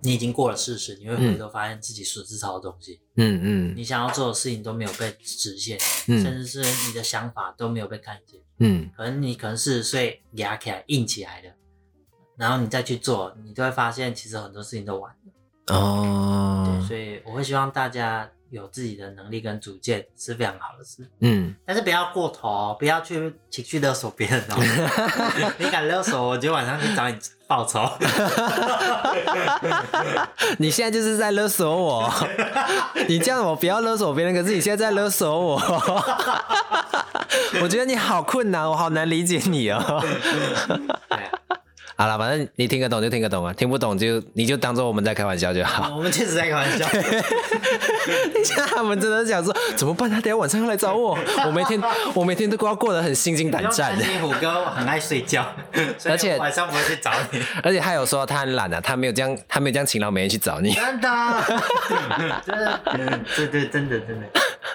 [SPEAKER 3] 你已经过了四十，你会回头发现自己所知道的东西，
[SPEAKER 1] 嗯嗯
[SPEAKER 3] 你想要做的事情都没有被实现，
[SPEAKER 1] 嗯
[SPEAKER 3] 甚至是你的想法都没有被看见。
[SPEAKER 1] 嗯
[SPEAKER 3] 可能你可能四十岁压起来硬起来了，然后你再去做，你就会发现其实很多事情都晚了。对，
[SPEAKER 1] 哦
[SPEAKER 3] 所以我会希望大家有自己的能力跟主见是非常好的事，
[SPEAKER 1] 嗯，
[SPEAKER 3] 但是不要过头哦，不要去情绪勒索别人 哦。你敢勒索我，我就晚上去找你报仇。
[SPEAKER 1] 你现在就是在勒索 我，你叫我不要勒索别人，可是你现在在勒索我， 我觉得你好困难，我好难理解你 哦。
[SPEAKER 3] 对啊，
[SPEAKER 1] 好了，反正你听得懂就听得懂啊，听不懂就你就当做我们在开玩笑就 好。
[SPEAKER 3] 我们确实在开 玩笑。
[SPEAKER 1] 像他们真的想说怎么办？他等一下晚上要来找我，我每天我每天都要过得很心惊
[SPEAKER 3] 不
[SPEAKER 1] 胆
[SPEAKER 3] 用
[SPEAKER 1] 战
[SPEAKER 3] 担，心虎哥很爱睡觉，所以
[SPEAKER 1] 而且
[SPEAKER 3] 我晚上不会去找你。
[SPEAKER 1] 而且他有说他很懒啊，他没有这样，他没有这样勤劳每天去找你。
[SPEAKER 3] 真的， 真的，嗯对对，真的真的。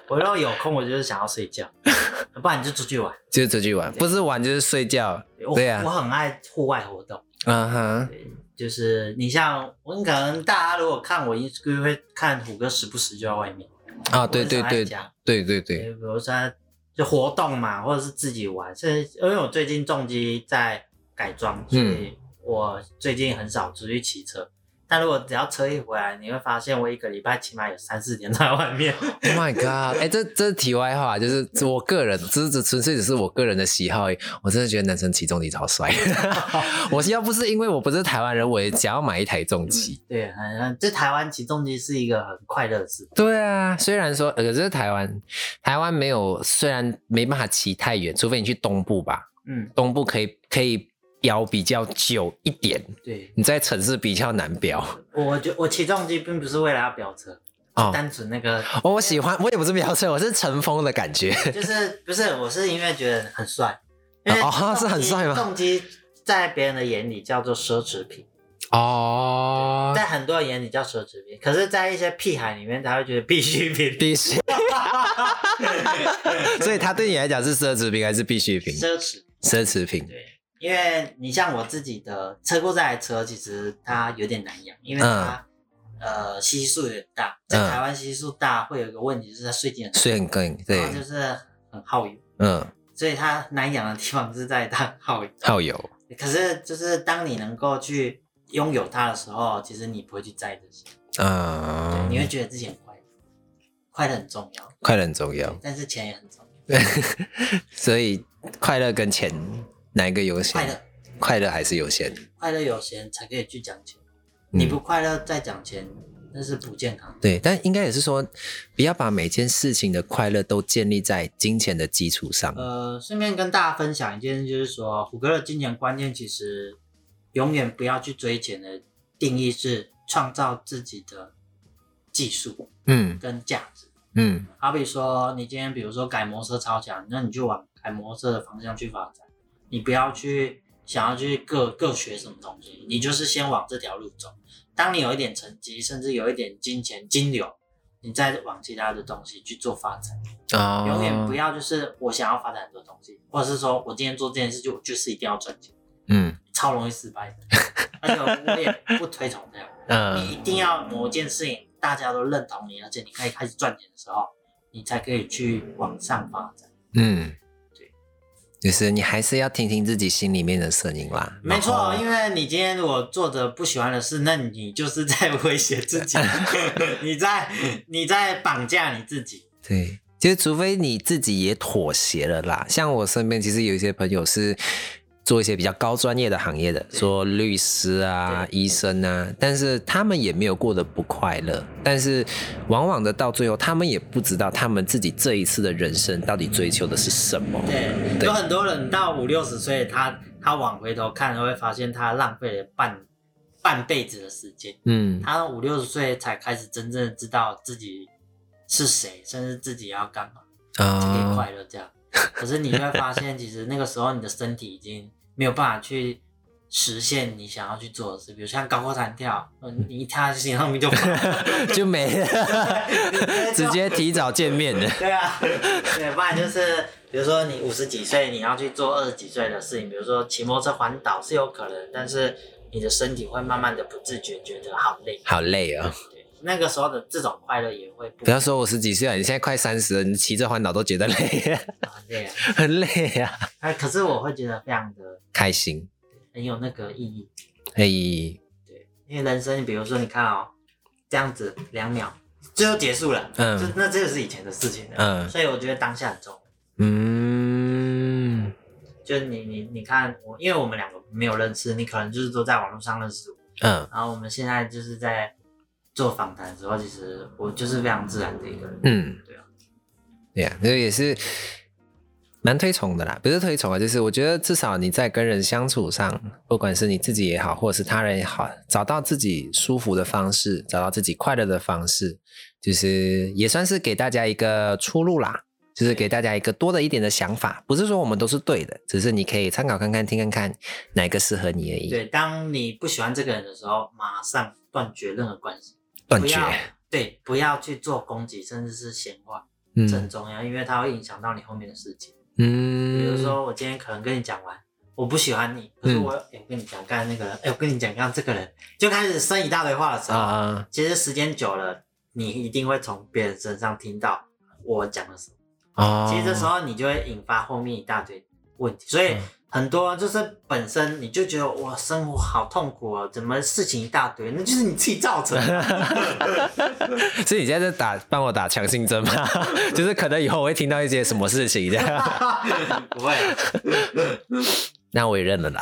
[SPEAKER 3] 我如果有空，我就是想要睡觉， 不然你就出去玩。
[SPEAKER 1] 就是出去玩，不是玩就是睡觉。
[SPEAKER 3] 我
[SPEAKER 1] 对啊
[SPEAKER 3] 我很爱户外活动。
[SPEAKER 1] 嗯哼，
[SPEAKER 3] 对，就是你像我，可能大家如果看我 Instagram 会看虎哥时不时就在外面
[SPEAKER 1] 啊，对对对对对对，
[SPEAKER 3] 对，比如说就活动嘛，或者是自己玩，甚至因为我最近重机在改装，所
[SPEAKER 1] 嗯
[SPEAKER 3] 以我最近很少出去骑车。但如果只要车一回来，你会发现我一个礼拜起码有三四天在外面。
[SPEAKER 1] Oh my god！哎、这这是题外话，就是我个人，这只纯粹只是我个人的喜好而已。我真的觉得男生骑重机超帅。 我要不是因为我不是台湾人，我也想要买一台重机。
[SPEAKER 3] 嗯对，很在台湾骑重机是一个很快乐的事。
[SPEAKER 1] 对啊，虽然说，呃可是台湾，台湾没有，虽然没办法骑太远，除非你去东部吧，
[SPEAKER 3] 嗯，
[SPEAKER 1] 东部可以可以飙比较久一点，
[SPEAKER 3] 对，
[SPEAKER 1] 你在城市比较难飙。
[SPEAKER 3] 我觉我骑重机并不是为了要飙车，
[SPEAKER 1] 哦
[SPEAKER 3] 单纯 那个
[SPEAKER 1] 哦我喜欢，我也不是飙车，我是乘风的感觉。
[SPEAKER 3] 就是不是，我是因为觉得很帅，因为
[SPEAKER 1] 哦
[SPEAKER 3] 重机
[SPEAKER 1] 是很帅吗
[SPEAKER 3] 重机在别人的眼里叫做奢侈品，
[SPEAKER 1] 哦，
[SPEAKER 3] 在很多人眼里叫奢侈品，可是，在一些屁孩里面，他会觉得必需品、
[SPEAKER 1] 必须。所以它对你来讲是奢侈品还是必需品？
[SPEAKER 3] 奢侈。
[SPEAKER 1] 奢侈品。
[SPEAKER 3] 对，因为你像我自己的车过这台车，其实它有点难养，因为它、呃吸数有点大，在
[SPEAKER 1] 嗯
[SPEAKER 3] 台湾吸数大会有一个问题，就是它税金很
[SPEAKER 1] 虽然更对
[SPEAKER 3] 然，后啊就是很耗油，
[SPEAKER 1] 嗯，
[SPEAKER 3] 所以它难养的地方是在它耗油。
[SPEAKER 1] 好友，
[SPEAKER 3] 可是就是当你能够去拥有它的时候，其实你不会去在意这些，对，
[SPEAKER 1] 嗯
[SPEAKER 3] 你，会觉得自己很快乐，快乐很重要，
[SPEAKER 1] 快乐很重要，
[SPEAKER 3] 但是钱也很重要，
[SPEAKER 1] 所以快乐跟钱哪一个优先？
[SPEAKER 3] 快乐
[SPEAKER 1] 快乐还是有限。
[SPEAKER 3] 快乐有钱才可以去讲钱，你不
[SPEAKER 1] 嗯、
[SPEAKER 3] 快乐再讲钱，那是不健康的。
[SPEAKER 1] 对，但应该也是说，不要把每件事情的快乐都建立在金钱的基础上。
[SPEAKER 3] 呃，顺便跟大家分享一件事，就是说虎哥的金钱观念其实永远不要去追钱的定义是创造自己的技术
[SPEAKER 1] 嗯
[SPEAKER 3] 跟价值。
[SPEAKER 1] 嗯
[SPEAKER 3] 好比说，你今天比如说改摩托车超强，那你就往改摩托车的方向去发展，你不要去想要去各各学什么东西，你就是先往这条路走。当你有一点成绩，甚至有一点金钱金流，你再往其他的东西去做发展。
[SPEAKER 1] 啊
[SPEAKER 3] 永远不要就是我想要发展很多东西，或者是说我今天做这件事就我就是一定要赚钱，
[SPEAKER 1] 嗯
[SPEAKER 3] 超容易失败的。而且我也不推崇这样，你
[SPEAKER 1] 嗯
[SPEAKER 3] 一定要某件事情大家都认同你，而且你可以开始赚钱的时候，你才可以去往上发展。
[SPEAKER 1] 嗯，就是你还是要听听自己心里面的声音啦。
[SPEAKER 3] 没
[SPEAKER 1] 然
[SPEAKER 3] 错，
[SPEAKER 1] 后
[SPEAKER 3] 因为你今天如果做的不喜欢的事，那你就是在 威胁自 己，你在你在绑架你自己。
[SPEAKER 1] 对，就是除非你自己也妥协了啦。像我身边其实有一些朋友是做一些比较高专业的行业的，
[SPEAKER 3] 对
[SPEAKER 1] 说律师啊、医生啊，但是他们也没有过得不快乐。但是往往的到最后，他们也不知道他们自己这一次的人生到底追求的是什么。
[SPEAKER 3] 对，
[SPEAKER 1] 对
[SPEAKER 3] 有很多人到五六十岁，他他往回头看，会发现他浪费了半半辈子的时间。
[SPEAKER 1] 嗯，
[SPEAKER 3] 他五六十岁才开始真正知道自己是谁，甚至自己要干嘛，才可以
[SPEAKER 1] 啊、
[SPEAKER 3] 快乐这样。可是你会发现，其实那个时候你的身体已经没有办法去实现你想要去做的事，比如像高空弹跳，嗯，你一跳心上面就跑
[SPEAKER 1] 就没了， 直接提早见面的。
[SPEAKER 3] 对啊， 对，不然就是比如说你五十几岁，你要去做二十几岁的事情，比如说骑摩托车环岛是有可能，但是你的身体会慢慢的不自觉觉得好累，
[SPEAKER 1] 好累哦！
[SPEAKER 3] 对，那个时候的这种快乐也会不
[SPEAKER 1] 不要说我十几岁了，你现在快三十了，你骑着环岛都觉得累，
[SPEAKER 3] 很累啊。
[SPEAKER 1] 很累呀、啊，
[SPEAKER 3] 哎，可是我会觉得非常的
[SPEAKER 1] 开心。
[SPEAKER 3] 很有那个意义，
[SPEAKER 1] 哎、
[SPEAKER 3] 因为人生，比如说你看哦，这样子两秒，最后结束了，
[SPEAKER 1] 嗯
[SPEAKER 3] 这那这就是以前的事情了，
[SPEAKER 1] 嗯
[SPEAKER 3] 所以我觉得当下很重要。
[SPEAKER 1] 嗯，
[SPEAKER 3] 就是你你你看我，因为我们两个没有认识，你可能就是都在网络上认识我，
[SPEAKER 1] 嗯
[SPEAKER 3] 然后我们现在就是在做访谈的时候，其实我就是非常自然的一个人，
[SPEAKER 1] 嗯，
[SPEAKER 3] 对啊，
[SPEAKER 1] 对呀、这也是蛮推崇的啦，不是推崇啊，就是我觉得至少你在跟人相处上，不管是你自己也好，或者是他人也好，找到自己舒服的方式，找到自己快乐的方式，就是也算是给大家一个出路啦。就是给大家一个多的一点的想法，不是说我们都是对的，只是你可以参考看看、听看看哪个适合你而已。
[SPEAKER 3] 对，当你不喜欢这个人的时候，马上断绝任何关系，
[SPEAKER 1] 断
[SPEAKER 3] 不
[SPEAKER 1] 绝
[SPEAKER 3] 要，对，不要去做攻击，甚至是闲话，这很
[SPEAKER 1] 嗯
[SPEAKER 3] 重要，因为它会影响到你后面的事情。
[SPEAKER 1] 嗯，嗯
[SPEAKER 3] 比如说，我今天可能跟你讲完，我不喜欢你，可是我，哎、我跟你讲刚才那个人，哎、我跟你讲刚刚这个人，就开始生一大堆话的时
[SPEAKER 1] 啊
[SPEAKER 3] 候，
[SPEAKER 1] 啊，
[SPEAKER 3] 其实时间久了，你一定会从别人身上听到我讲了什么。
[SPEAKER 1] 哦，
[SPEAKER 3] 其实这时候你就会引发后面一大堆问题，所以
[SPEAKER 1] 嗯
[SPEAKER 3] 很多就是本身你就觉得哇，生活好痛苦哦，怎么事情一大堆，那就是你自己造成的。
[SPEAKER 1] 所以你现在在打帮我打强心针吗？ 就是可能以后我会听到一些什么事情这 样，
[SPEAKER 3] 不会啊，
[SPEAKER 1] 那我也认了啦。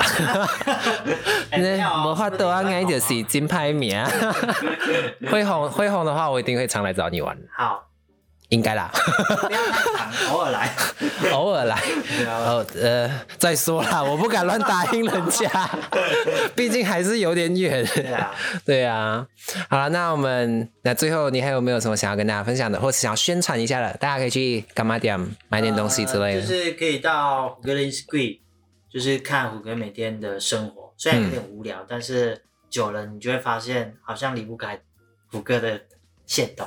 [SPEAKER 3] 哎没 有
[SPEAKER 1] 那
[SPEAKER 3] 啊
[SPEAKER 1] 魔法多安安就是金牌名，啊会红会红的话，我一定会常来找你玩，
[SPEAKER 3] 好，
[SPEAKER 1] 应该 啦，
[SPEAKER 3] 啊不要太长，偶 尔来。
[SPEAKER 1] 偶尔来。
[SPEAKER 3] 对啊
[SPEAKER 1] 哦，呃，再说啦，我不敢乱答应人 家，毕竟还是有点远。
[SPEAKER 3] 对啊，
[SPEAKER 1] 对啊，好了，那我们那最后你还有没有什么想要跟大家分享的，或是想要宣传一下的？大家可以去干嘛点买点东西之类
[SPEAKER 3] 呃
[SPEAKER 1] 的。
[SPEAKER 3] 就是可以到虎哥的 Instagram，就是看虎哥每天的生活，虽然有点无聊，但是久了你就会发现好像离不开虎哥的线动，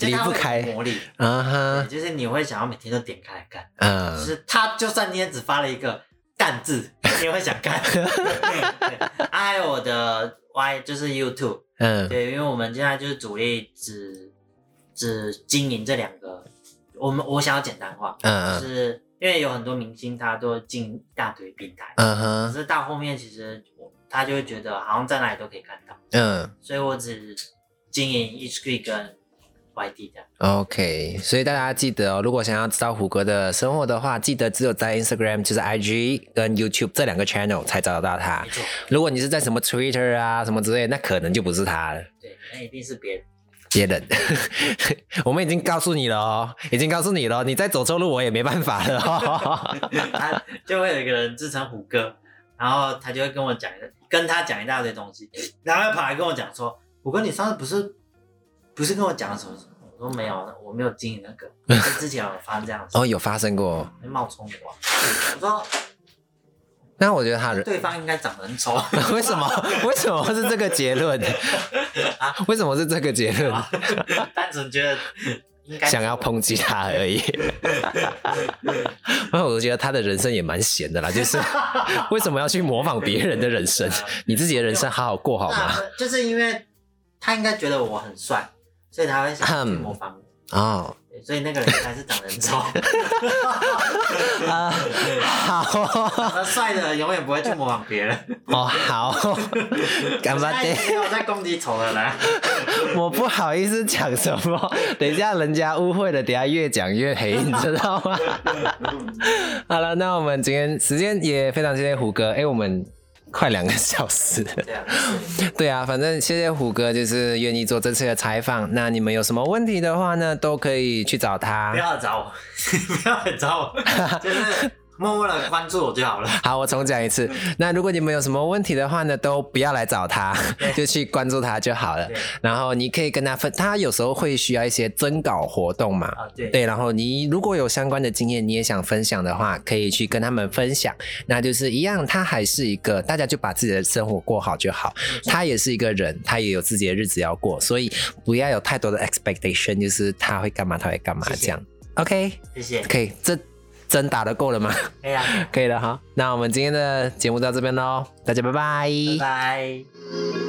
[SPEAKER 3] 就它
[SPEAKER 1] 离不
[SPEAKER 3] 会有
[SPEAKER 1] 开
[SPEAKER 3] 魔力。
[SPEAKER 1] 啊哈
[SPEAKER 3] 对，就是你会想要每天都点开来看，就
[SPEAKER 1] 嗯，
[SPEAKER 3] 是他就算今天只发了一个“干” 字，你也会想看。对还有我的 Y 就是 YouTube，
[SPEAKER 1] 嗯，
[SPEAKER 3] 对，因为我们现在就是主力只只经营这两个，我们我想要简单化，就
[SPEAKER 1] 嗯嗯
[SPEAKER 3] 是因为有很多明星他都进一大堆平台，
[SPEAKER 1] 嗯
[SPEAKER 3] 可
[SPEAKER 1] 哼，
[SPEAKER 3] 是到后面其实我他就会觉得好像在哪里都可以看到，
[SPEAKER 1] 嗯
[SPEAKER 3] 所以我只经营 h G 跟 YT 这样。
[SPEAKER 1] ，OK。所以大家记得哦，如果想要知道虎哥的生活的话，记得只有在 Instagram，就是 IG 跟 YouTube 这两个 channel 才找得到他
[SPEAKER 3] 没。错，
[SPEAKER 1] 如果你是在什么 Twitter 啊什么之类，那可能就不是他了。
[SPEAKER 3] 对，那一定是别人。
[SPEAKER 1] 别人，我们已经告诉你了哦，已经告诉你了哦，你再走错路我也没办法了、哦。
[SPEAKER 3] 他就会有一个人自称虎哥，然后他就会跟我讲一，跟他讲一大堆东西，然后他跑来跟我讲说，虎哥你上次不是不是跟我讲了什么什么？我说没有，我没有经营那个，是之前有发生这样的事，
[SPEAKER 1] 哦，有发生过，
[SPEAKER 3] 会冒充我。啊我说
[SPEAKER 1] 那我觉得他人
[SPEAKER 3] 对方应该长得很丑，
[SPEAKER 1] 为什么为什么会是这个结论？为什么是这个结论？
[SPEAKER 3] 单纯觉得应该
[SPEAKER 1] 想要抨击他而已。然后我觉得他的人生也蛮闲的啦，就是 为什么要去模仿别人的人生？你自己的人生好好过好吗？嗯
[SPEAKER 3] 那就是因为他应该觉得我很帅，所以他会想去模仿我。
[SPEAKER 1] 啊
[SPEAKER 3] 对所以那个人还是长得很丑，
[SPEAKER 1] 啊，好
[SPEAKER 3] 长得帅的人永远不会去模仿别 人。
[SPEAKER 1] 哦，好， 干巴
[SPEAKER 3] 哎
[SPEAKER 1] 爹，
[SPEAKER 3] 没有在攻击丑的人，
[SPEAKER 1] 我不好意思讲什么，等一下人家误会了，等一下越讲越黑，你知道吗？好了，那我们今天时间也非常谢谢胡哥，哎、我们快两个小时了。
[SPEAKER 3] 这样。
[SPEAKER 1] 对啊，反正谢谢虎哥，就是愿意做这次的采访。那你们有什么问题的话呢，都可以去找他
[SPEAKER 3] 不。要来找我， 不要来找我，就是默默的关注我就好了。
[SPEAKER 1] 好，我重讲一次。那如果你们有什么问题的话呢，都不要来找他，就去关注他就好了
[SPEAKER 3] 对。
[SPEAKER 1] 然后你可以跟他分，他有时候会需要一些征稿活动嘛。
[SPEAKER 3] 啊，对，
[SPEAKER 1] 对，然后你如果有相关的经验，你也想分享的话，可以去跟他们分享。那就是一样，他还是一个，大家就把自己的生活过好就好。他也是一个人，他也有自己的日子要过，所以不要有太多的 expectation，就是他会干嘛，他会干嘛
[SPEAKER 3] 谢谢
[SPEAKER 1] 这样。OK，
[SPEAKER 3] 谢谢。
[SPEAKER 1] 可以，这针打的够了吗？
[SPEAKER 3] 哎呀，
[SPEAKER 1] 可以了哈。那我们今天的节目到这边喽，大家拜拜
[SPEAKER 3] 拜拜。